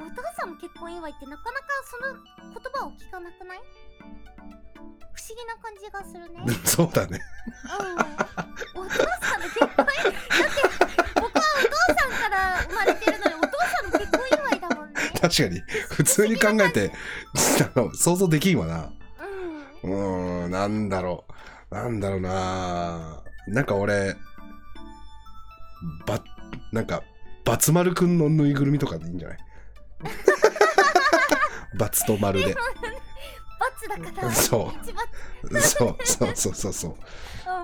S2: お父さんも結婚祝いってなかなかその言葉を聞かなくない不思議な感じがするね
S1: そうだね。
S2: うん、お父さんの結婚祝いだって僕はお父さんから生まれてるのにお父さんの結婚祝いだもんね
S1: 確かに。普通に考えて、 あの想像できんわな。
S2: うん
S1: うーん、なんだろう。なんだろうな。なんか俺、ば、なんか、バツ丸くんのぬいぐるみとかでいいんじゃない バツと丸 で。
S2: 罰だから
S1: そ
S2: 一番
S1: う。そうそうそうそうそう。
S2: うん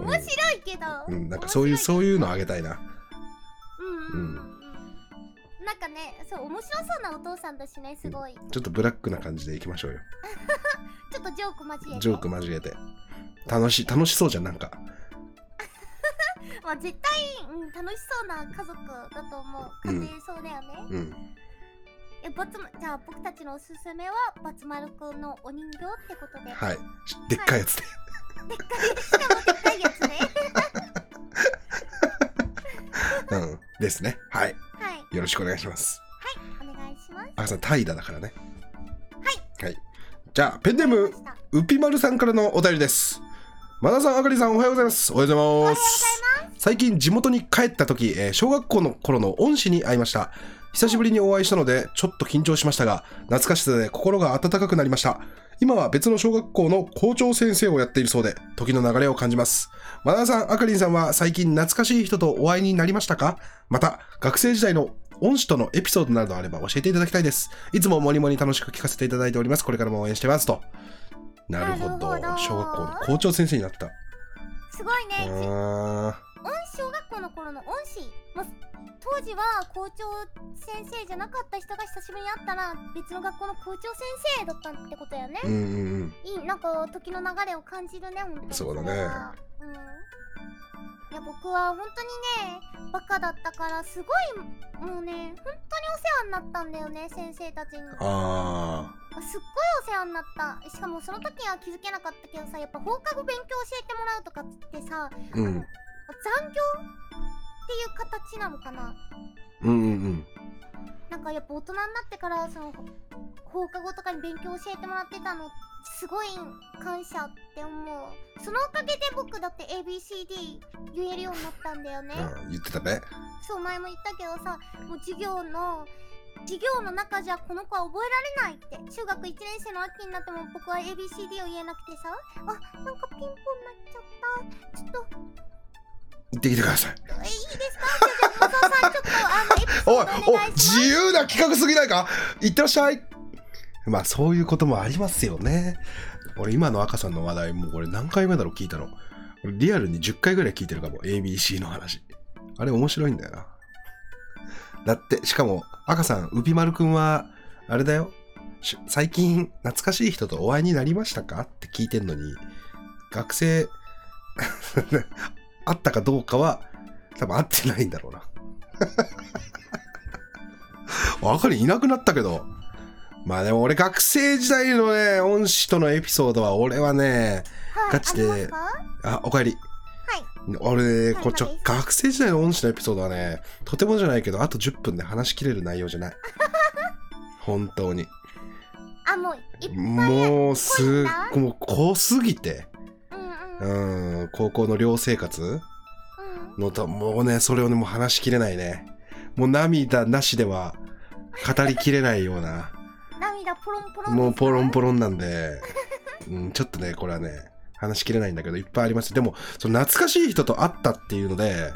S2: 面白いけど、
S1: うん、なんかそういう、そういうのあげたいな。
S2: 面白いうんうんうんうん、なんかねそう面白そうなお父さんだしねすごい、
S1: ちょっとブラックな感じでいきましょうよ。
S2: ちょっとジョーク交えて
S1: ジョーク交えて。楽しい、楽しそうじゃん、なんか。
S2: まあ絶対、うん、楽しそうな家族だと思う
S1: う
S2: 家
S1: ん
S2: 庭そうだよね、
S1: うん。
S2: えバツじゃあ僕たちのおすすめはバツ丸くんのお人形ってことで、
S1: はい。でっかいやつで。
S2: でっかいしかもでっかいやつね
S1: うん。ですね。はい。
S2: はい
S1: よろしくお願いします。
S2: お願いします
S1: あさん、怠惰だからね。はい。はい。じゃあ、ペンネー
S2: わ
S1: ム
S2: かりま、した
S1: うぴまるさんからのお便りです。まなさん、あかりさん、おはようございます。おはようございます。最近、地元に帰った時、えー小学校の頃の恩師に会いました。久しぶりにお会いしたので、ちょっと緊張しましたが、懐かしさで心が温かくなりました。今は別の小学校の校長先生をやっているそうで、時の流れを感じます。まなさん、あかりんさんは最近懐かしい人とお会いになりましたかまた、学生時代の恩師とのエピソードなどあれば教えていただきたいです。いつももりもり楽しく聞かせていただいております。これからも応援してます。と。なるほど。
S2: なるほど
S1: 小学校の校長先生になってた。
S2: すごいね、じ
S1: あ
S2: 恩小学校の頃の恩師、まあ、当時は校長先生じゃなかった人が久しぶりに会ったら別の学校の校長先生だったってことやね
S1: ー、うんうんうん。
S2: いいなんか時の流れを感じるね本当に
S1: そうだね
S2: れはうんいや僕は本当にねバカだったからすごいもうね本当にお世話になったんだよね先生たちに
S1: あ
S2: すっごいお世話になったしかもその時は気づけなかったけどさやっぱ放課後勉強教えてもらうとかってさ
S1: ーうん。
S2: 残業っていう形なのかな
S1: うんうんうん。
S2: なんかやっぱ大人になってからその放課後とかに勉強教えてもらってたのすごい感謝って思うそのおかげで僕だって ABCD 言えるようになったんだよね
S1: うん言ってたね。
S2: そう前も言ったけどさもう授業の授業の中じゃこの子は覚えられないって中学1年生の秋になっても僕は ABCD を言えなくてさあなんかピンポンなっちゃったちょっと
S1: 行ってきてください。
S2: えいいですかじゃあじゃあ松尾さんちょっとあのエピソ
S1: おい
S2: ードお
S1: お
S2: 願いします
S1: 自由な企画すぎないか行ってらっしゃいまあそういうこともありますよね俺今の赤さんの話題もうこれ何回目だろう聞いたの俺リアルに10回ぐらい聞いてるかも ABC の話あれ面白いんだよなだってしかも赤さんうぴまるくんはあれだよし最近懐かしい人とお会いになりましたかって聞いてんのに学生 会ったかどうかは多分会ってないんだろうなあかりいなくなったけど。まあでも俺学生時代のね、恩師とのエピソードは俺はね、
S2: はい
S1: ガチで
S2: ありますか
S1: あ、おかえり。俺、こうちょ
S2: はい
S1: 学生時代の恩師のエピソードはね、とてもじゃないけど、あと10分で話しきれる内容じゃない。本当に。
S2: あもういっぱい
S1: もう
S2: 濃い
S1: す
S2: んだ
S1: っ、もう濃すぎて。
S2: うんうんうん
S1: うん、高校の寮生活のと、もうね、それをね、もう話しきれないね。もう涙なしでは語りきれないような。
S2: 涙ポロンポロン
S1: もうポロン
S2: ロ
S1: ポロンなんで、うん、ちょっとね、これはね、話しきれないんだけど、いっぱいあります。でも、その懐かしい人と会ったっていうので、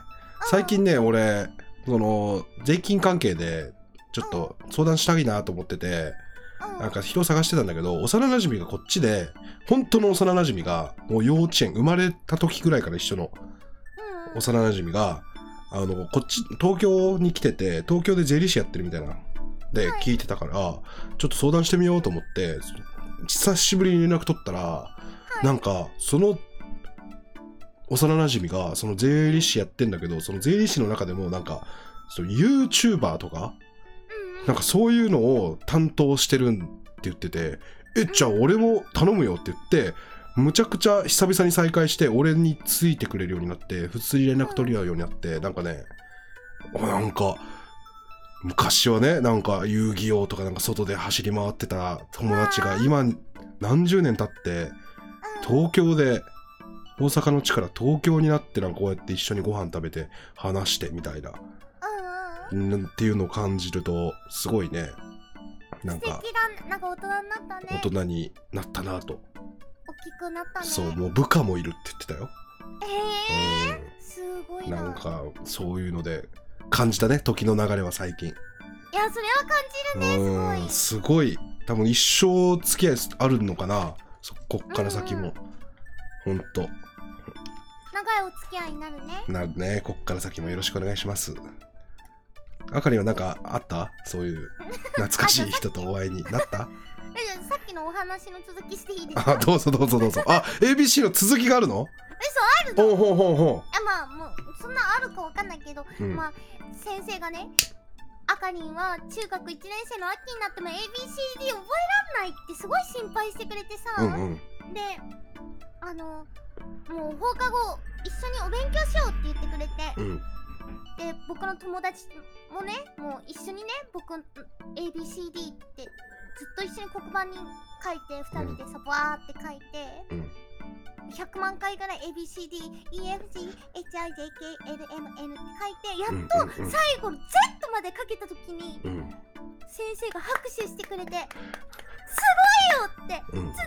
S1: 最近ね、俺、その、税金関係で、ちょっと相談したいなと思ってて、
S2: うん
S1: なんか人を探してたんだけど、幼馴染がこっちで、本当の幼馴染が、もう幼稚園、生まれた時ぐらいから一緒の
S2: うんうん
S1: 幼馴染が、あの、こっち、東京に来てて、東京で税理士やってるみたいな、で、
S2: はい
S1: 聞いてたから、ちょっと相談してみようと思って、久しぶりに連絡取ったら
S2: い
S1: なんかその幼なじみがその税理士やってんだけどその税理士の中でもなんかそう YouTuber とか
S2: うんうん
S1: なんかそういうのを担当してるんって言ってて「えじゃあ俺も頼むよ」って言ってむちゃくちゃ久々に再会して俺についてくれるようになって普通に連絡取り合うようになってなんかねあなんか昔はねなんか遊戯王とかなんか外で走り回ってた友達が今何十年経って東京で大阪の地から東京になってなんかこうやって一緒にご飯食べて話してみたいな
S2: うんうんうん
S1: んっていうのを感じるとすごいねなん
S2: 素
S1: か
S2: 敵だなんか大人になったね
S1: 大人になったなと、
S2: 大きくなったね
S1: そうもう部下もいるって言ってたよ、
S2: ええー、すご
S1: う
S2: い
S1: ん、
S2: な
S1: なんかそういうので感じたね時の流れは最近
S2: いやそれは感じるねすごい
S1: うんすごい多分一生付き合いあるのかなそこっから先も、ほんと
S2: 長いお付き合いになるね
S1: なるねこっから先もよろしくお願いしますあかりはなんかあったそういう懐かしい人とお会いになった
S2: えじゃあさっきのお話の続きしていいですか
S1: あ どうぞどうぞどうぞあ ABC の続きがあるの
S2: 嘘あるの
S1: ほうほうほうほ
S2: あまあもうそんなあるかわかんないけど、
S1: う、うん
S2: まあ先生がねあかりんは中学1年生の秋になっても ABCD 覚えらんないってすごい心配してくれてさ、
S1: うんうん
S2: であのもう放課後一緒にお勉強しようって言ってくれて、
S1: うん
S2: で僕の友達もねもう一緒にね僕ん ABCD ってずっと一緒に黒板に書いて2人でさバーって書いて、
S1: うん
S2: 100万回ぐらい ABCDEFGHIJKLMN って書いてや
S1: う
S2: っ
S1: ん
S2: と
S1: うん
S2: 最後の Z まで書けた時に
S1: うん
S2: 先生が拍手してくれてすごいよって
S1: うん
S2: ずっと覚えられなか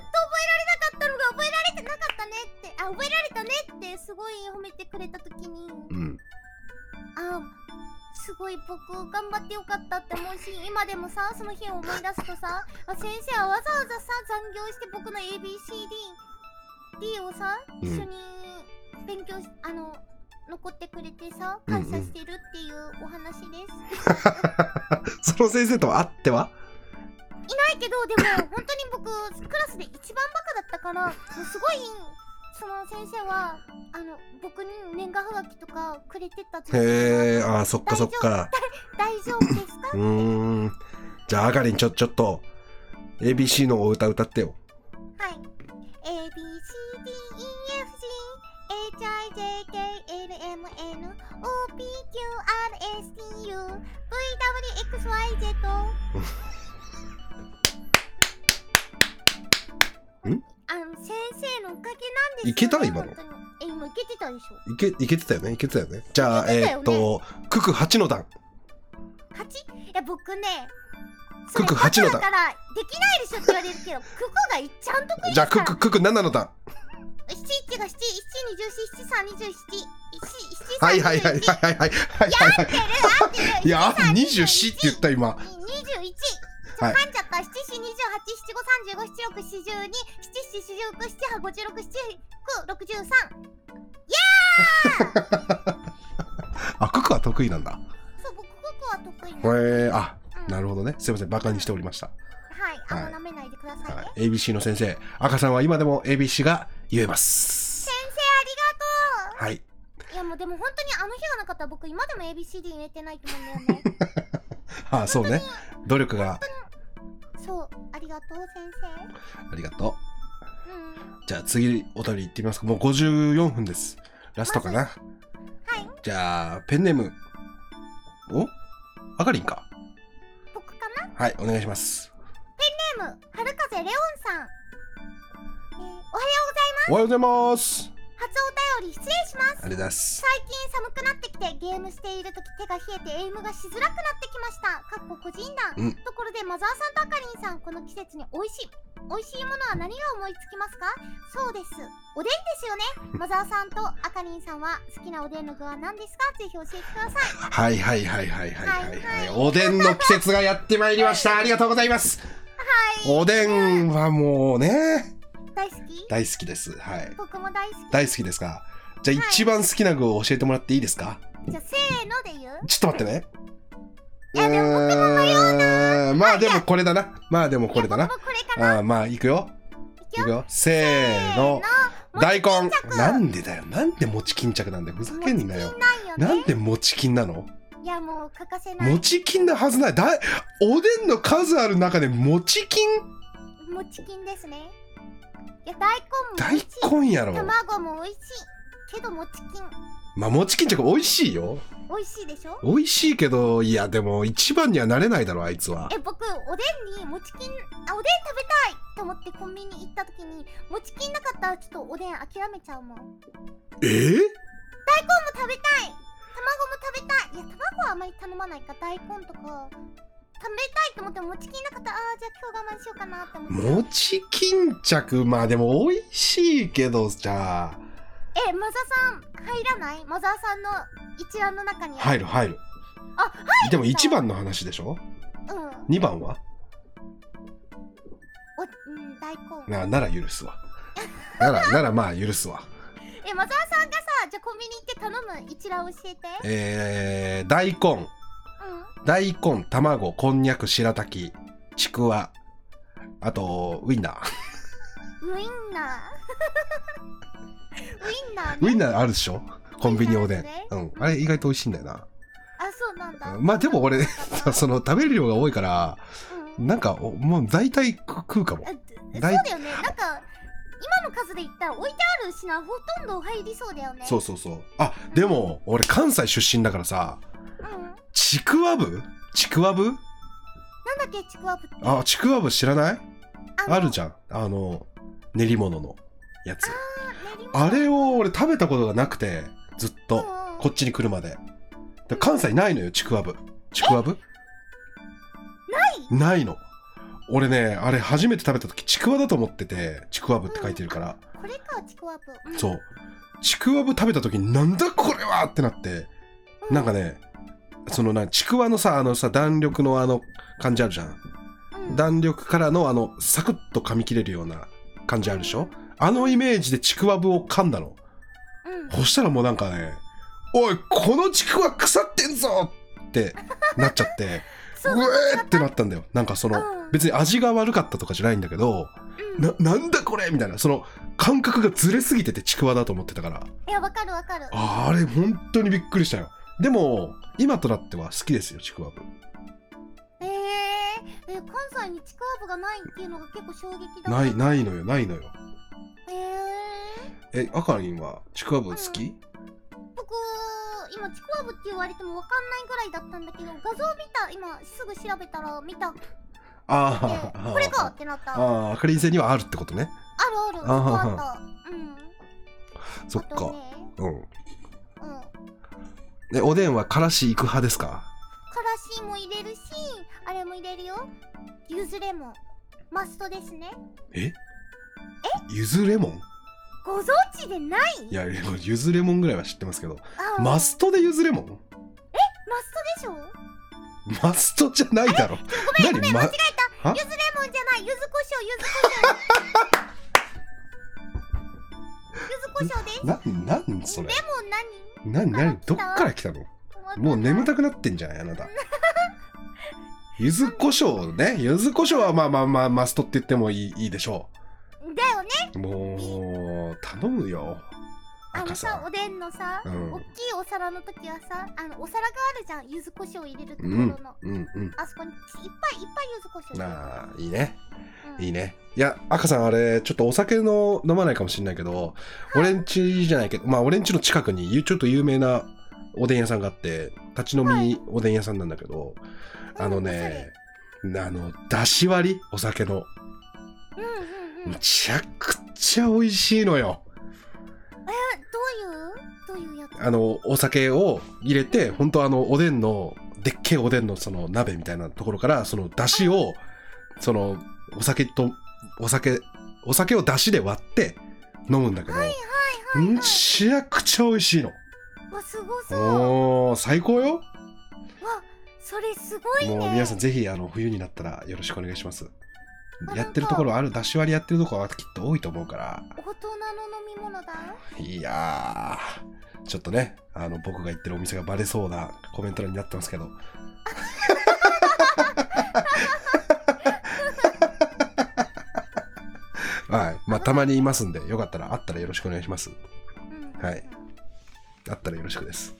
S2: ったのが覚えられてなかったねってあ覚えられたねってすごい褒めてくれた時に
S1: うん
S2: あすごい僕頑張ってよかったって思うし今でもさその日を思い出すとさあ先生はわざわざさ残業して僕の ABCD をさ
S1: うん
S2: 一緒に勉強し、あの残ってくれてさ感謝してるっていうお話です、
S1: その先生と会っては
S2: ないけどでも本当に僕クラスで一番バカだったからもうすごいその先生はあの僕に年賀はがきとかくれてた時
S1: へえあーそっかそっか
S2: 大丈夫ですか
S1: うーんじゃああかりんちょちょっと ABC のお歌歌ってよ
S2: はい。A B C D E F G H I J K L M N O P Q R S T U V W X Y Z。
S1: ん？
S2: あの先生のおかげなんですよ、ね。
S1: いけた今の
S2: 本当に。え今いけてたでしょ。
S1: いけいけてたよねいけてたよねじゃあ、
S2: いけてた
S1: え
S2: よ
S1: ー
S2: ね
S1: っと九九八の段
S2: 八？いや僕ね。
S1: 九九八の
S2: だ
S1: 段
S2: からできないでしょって言われるけど、九九がいっちゃんと得意
S1: じゃあ
S2: です
S1: 九
S2: から。
S1: 九九九七の段
S2: 七一が七、一二十四、七三二十七、七七
S1: は
S2: 三二
S1: いはい
S2: 十
S1: はいはいはいはいはいはい
S2: 七。
S1: いやあ二十四って言った今
S2: 二十一。噛
S1: はい
S2: んじゃった。七四二十八、七五三十五、七六四十二、七七四十九、七八五十六、七九六十三。
S1: あ九九は得意なんだ
S2: そう、僕ここは得意
S1: へ
S2: なの。
S1: えあな
S2: る
S1: るほどねすいませんバカにしておりました
S2: はい、あ
S1: は
S2: の
S1: い
S2: 舐めないでくださいね。
S1: はい ABC の先生赤さんは今でも ABC が言えます
S2: 先生ありがと
S1: はい。
S2: う。いやもうでも本当にあの日がなかったら僕今でも ABCD 言えてないと思うんだよ ね。
S1: ああ、そうね。努力が
S2: そう、ありがとう先生。
S1: ありがと
S2: うん。
S1: う。じゃあ次お便り行ってみますか。もう54分です。ラストかな。
S2: はい、
S1: じゃあペンネーム。おあかりんか。
S2: 僕かな。
S1: はい、お願いします。
S2: ネーム春風レオンさん、えーおはようございます
S1: おはようございます。
S2: 初お便り失礼しま
S1: ありがと
S2: す
S1: うございます
S2: 最。近寒くなってきてゲームしている時手が冷えてエイムがしづらくなってきましたかっこ個人
S1: う
S2: 談、
S1: ん
S2: ところでマザーさんとあかりんさんこの季節に美味しい美味しいものは何が思いつきますかそうですおでんですよねマザーさんとあかりんさんは好きなおでんの具は何ですかぜひ教えてくださ
S1: は
S2: い
S1: いはいはいはいはいはい、はい
S2: はい
S1: おでんの季節がやってまいりました。ありがとうございます。おでんはもうね、
S2: 大好き
S1: 大好きです。はい。
S2: 僕も大好き
S1: 大好きですか。じゃあ一番好きな具を教えてもらっていいですか
S2: じゃあせーので言う
S1: ちょっと待ってね。
S2: いやでも僕も迷
S1: う
S2: う
S1: あーまあでもこれだな。まあでもこれだ
S2: いや
S1: な
S2: 僕。もこれかな
S1: あーまあいくよ。
S2: い
S1: い
S2: く
S1: く
S2: よ
S1: よ。せーの。大根
S2: 餅巾。着
S1: なんでだよ。なんで餅巾着なんだよ。ふざけんなよ。
S2: ないよね
S1: なんで餅巾なの
S2: いやもう欠かせない
S1: 餅巾なはずない。だいおでんの数ある中で餅巾
S2: 餅巾ですねいや大根も美
S1: 大
S2: 味しい
S1: 根やろ。
S2: 卵も美味しいけど餅巾
S1: まあ餅巾着美味しいよ。
S2: 美味しいでしょ
S1: 美味しいけど、いやでも一番にはなれないだろ、あいつは。
S2: え僕おでんに餅巾あおでん食べたいと思ってコンビニ行った時に餅巾なかったらちょっとおでん諦めちゃうもんもう
S1: えー
S2: 食べたい卵も食べたいいや卵はあまり頼まないか大根とか食べたいと思っても餅巾なかったらあーじゃあ今日我慢しようかなって思って
S1: 餅巾着、まあでも美味しいけど、じゃあ。
S2: えマザさん入らないマザーさんの一覧の中に
S1: 入
S2: る
S1: る入る。
S2: あ入
S1: でも1番の話でしょ
S2: うんお
S1: ?2 番は
S2: うん大根
S1: ななら許すわ。なら、ならまあ許すわ。
S2: えマザーさんがさじゃあコンビニ行って頼む一覧教えて
S1: えー、大根、
S2: うん
S1: 大根、卵、こんにゃく、白滝、ちくわ、あと、ウインナー。
S2: ウインナー ウインナー、ね、
S1: ウインナーあるでしょコンビニおでん
S2: ウインナーね。
S1: うん。あれ意外と美味しいんだよな。
S2: あそうなんだ
S1: まあでも俺
S2: そ
S1: その食べる量が多いから、
S2: うん
S1: なんか、おもう大体食食うかも
S2: あ。そうだ
S1: 大
S2: よねなんか今の数で言ったら置いてある品ほとんど入りそうだよね
S1: そうそうそう。あ、でも、俺関西出身だからさ、
S2: うん、なんだ
S1: ちくわぶちくわぶ
S2: っけちくわぶって
S1: あ、ちくわぶ知らない
S2: の
S1: あるじゃん。あの、練り物のやつ。
S2: 練り物
S1: あれを俺食べたことがなくて、ずっ
S2: うん
S1: と、
S2: うん
S1: こっちに来るまで。で関西ないのよ、ちくわぶ。ちくわぶないの。俺ね、あれ初めて食べた時、ちくわだと思ってて、ちくわぶって書いてるから。
S2: これかちくわぶ、うん
S1: そう。ちくわぶ食べた時に、なんだこれはってなって、
S2: う
S1: なんかね、そのな、ちくわのさ、あのさ、弾力のあの感じあるじゃん。
S2: うん
S1: 弾力からのあのサクッと噛み切れるような感じあるでしょあのイメージでちくわぶを噛んだの
S2: うん
S1: そしたらもうなんかね「おいこのちくわ腐ってんぞ!」ってなっちゃってう
S2: そう
S1: えーってなったんだよなんかその
S2: うん
S1: 別に味が悪かったとかじゃないんだけど
S2: うん
S1: ななんだこれみたいなその感覚がずれすぎててちくわだと思ってたから
S2: いやわかるわかる
S1: ああれ本当にびっくりしたよでも今となっては好きですよちくわぶ
S2: えー、え関西にちくわぶがないっていうのが結構衝撃だね
S1: ないないのよないのよ
S2: えー、
S1: え赤にはちくわぶ好き、
S2: 僕今ちくわぶって言われてもわかんないぐらいだったんだけど画像見た今すぐ調べたら見たで
S1: ああ、
S2: これかってなったある
S1: ああ、クリーン性にはあるってことね。
S2: あるちくわぶうん
S1: そっ
S2: あと
S1: か。
S2: ね
S1: うん。
S2: うん
S1: で、おでんはからし行く派ですか
S2: からしも入れるしあれも入れるよゆずレモンマストですね
S1: ゆずレモン
S2: ご存知でない
S1: いや、でもゆずレモンぐらいは知ってますけど。
S2: あー
S1: マストでゆずレモン
S2: マストでしょ
S1: マストじゃない だろ。何ま、
S2: ゆずレモンじゃないゆずこしょうゆずこしょうゆずこしょうです
S1: なん、なんそれ
S2: レ。モン何
S1: なになにどっから来たのもう眠たくなってんじゃないあなた。ゆず胡椒ね。ゆず胡椒はまあまあまあ、マストって言ってもいいいいでしょ
S2: だよね
S1: う。もう、頼むよ。
S2: あの
S1: 赤
S2: さ
S1: さ
S2: お。でんのさ、
S1: うん
S2: おっきいお皿の時はさあのお皿があるじゃん柚子胡椒入れるところ
S1: う
S2: の、
S1: ん、うん、うん。
S2: あそこにいっぱいいっぱい柚子胡椒入れる
S1: ああいいね
S2: うん
S1: いいねいや赤さんあれちょっとお酒の飲まないかもしれないけど俺んちじゃないけどまあ俺んちの近くにゆちょっと有名なおでん屋さんがあって立ち飲みおでん屋さんなんだけど、
S2: うん
S1: あのね、あのだし割りお酒の
S2: おしゃれうんうんうん
S1: めちゃくちゃ美味しいのよ
S2: どういうどういうやつ
S1: あのお酒を入れて本当あのおでんのでっけえおでんのその鍋みたいなところからそのだしをそのお酒とお酒お酒をだしで割って飲むんだけど、
S2: はいはい
S1: めちゃくちゃ美味しいの
S2: わすごそう
S1: おー最高よ
S2: それすごいね
S1: もう皆さんぜひあの冬になったらよろしくお願いします
S2: あ
S1: やってるところあるだし割りやってるところはきっと多いと思うから
S2: 大人の飲み物だ
S1: いやーちょっとねあの僕が言って るお店がバレそうなコメント欄になってますけどまあ、たまにいますんで、よかったら、あったらよろしくお願いします。
S2: うん
S1: はいあったらよろしくです。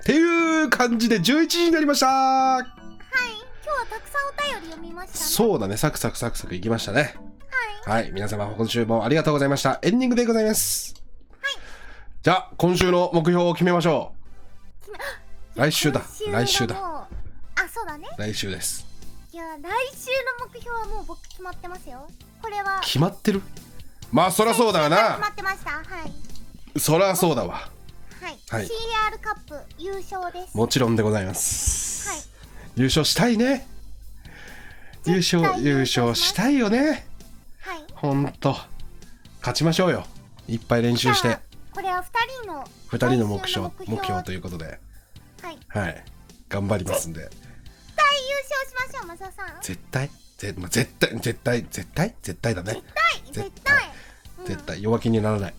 S1: っていう感じで、11時になりました
S2: 今日はたくさんお便り読みましたね
S1: そうだね、サクサクサクサクいきましたね。はい、皆様、今週もありがとうございました。エンディングでございます。じゃあ、今週の目標を決めましょう。来週だ、来週だ、
S2: もうあそうだね
S1: 来週です。
S2: いや来週の目標はもう僕決まってますよこれは
S1: 決まってるまあ、そらそうだが
S2: 決ま
S1: な。
S2: ってましたはい
S1: そらそうだわ。
S2: はい、
S1: はい
S2: CR カップ優勝です
S1: もちろんでございます。優勝したいね。優
S2: 絶対
S1: 勝、優
S2: 優勝します
S1: 勝したいよね。
S2: はいはい
S1: ほんと。勝ちましょうよ。いっぱい練習し
S2: じ
S1: て
S2: ゃあ。これは2人の
S1: 2人の目標
S2: 来週の
S1: 目標と
S2: いう
S1: いうことで、
S2: はい絶
S1: はい、頑張りますんで、
S2: 対優勝しましょうマサさん
S1: 絶対、ぜまあ絶対、絶対、絶対、絶対だね、
S2: はい絶対うん
S1: 絶対、弱気にならない、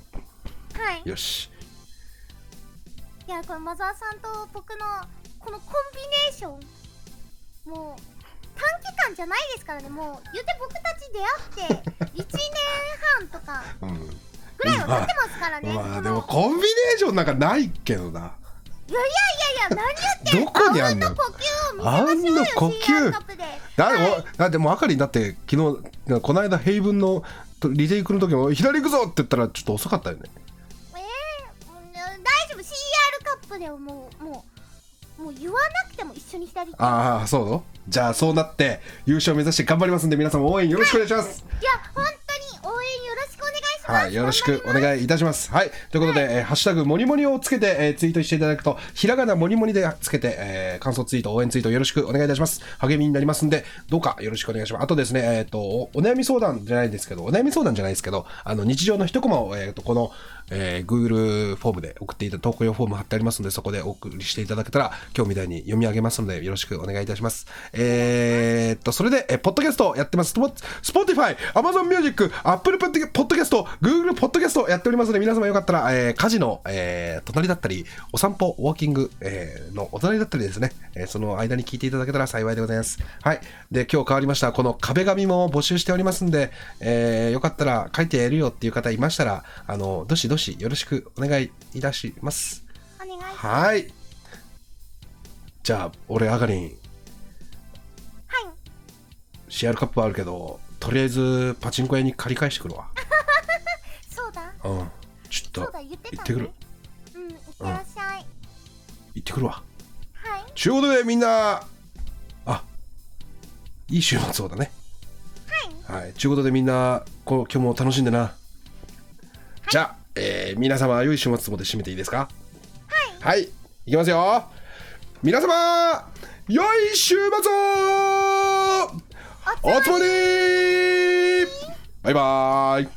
S2: はい
S1: よし、
S2: いやこれマザーさんと僕のこのコンビネーションもう短期間じゃないですからねもう言って僕たち出会っ て1年半とか
S1: うん、
S2: ぐらいは経ってますからね、
S1: まあ
S2: この
S1: でもコンビネーションなんかないけどな、
S2: いやいやいやいや何言って
S1: どこにあんの
S2: 青の呼吸を見せましょうよ
S1: 青の呼吸
S2: CR カップで
S1: だおだでもあかりだって昨日この間平文のとリテイクの時も左行くぞって言ったらちょっと遅かったよね、
S2: えー、うん大丈夫 CR カップではもうもうもう言わなくても一緒に左手いや
S1: ああそうじゃあそうなって優勝目指して頑張りますんで皆さんも応援よろしくお願いします。
S2: 本当に応援よろしくお願いします、
S1: はい、よろしくお願いいたします。はい、ということで、えーハッシュタグもりもりをつけて、えーツイートしていただくと、ひらがなもりもりでつけて、えー感想ツイート、応援ツイートよろしくお願いいたします。励みになりますんで、どうかよろしくお願いします。あとですね、えっ、とお、お悩み相談じゃないですけど、お悩み相談じゃないですけど、あの、日常の一コマを、えっ、と、この、えー Google フォームで送っていた投稿用フォーム貼ってありますので、そこでお送りしていただけたら、今日みたいに読み上げますので、よろしくお願いいたします。えーっと、それで、えーポッドキャストをやってます。スポスポティファイ、アマゾンミュージック、アップルポッドキャスト、グーグルポッドキャストやっておりますので、皆様よかったら、えー家事の、えー隣だったり、お散歩、ウォーキング、えーのお隣だったりですね、えーその間に聞いていただけたら幸いでございます。はい。で、今日変わりました、この壁紙も募集しておりますんで、えーよかったら書いてやるよっていう方いましたら、あの、どしどしよろしくお願いいたします。
S2: お願いしますは
S1: はい。じゃあ、俺、あかりん、
S2: い
S1: CR カップはあるけど、とりあえずパチンコ屋に借り返してくるわ。
S2: そうだ
S1: うん。ちょっと
S2: そうだ言ってた、ね、
S1: 行ってくる
S2: うん行ってらっしゃい、
S1: 行ってくるわ。
S2: はい
S1: ちゅうことでみんな、あいい週末をだね。はい。ちゅうことでみんな、こう今日も楽しんでな。じゃあ、えー皆様、良い週末まで締めていいですかはい。はい。いきますよ。皆様、良い週末をおつまりバイバーイ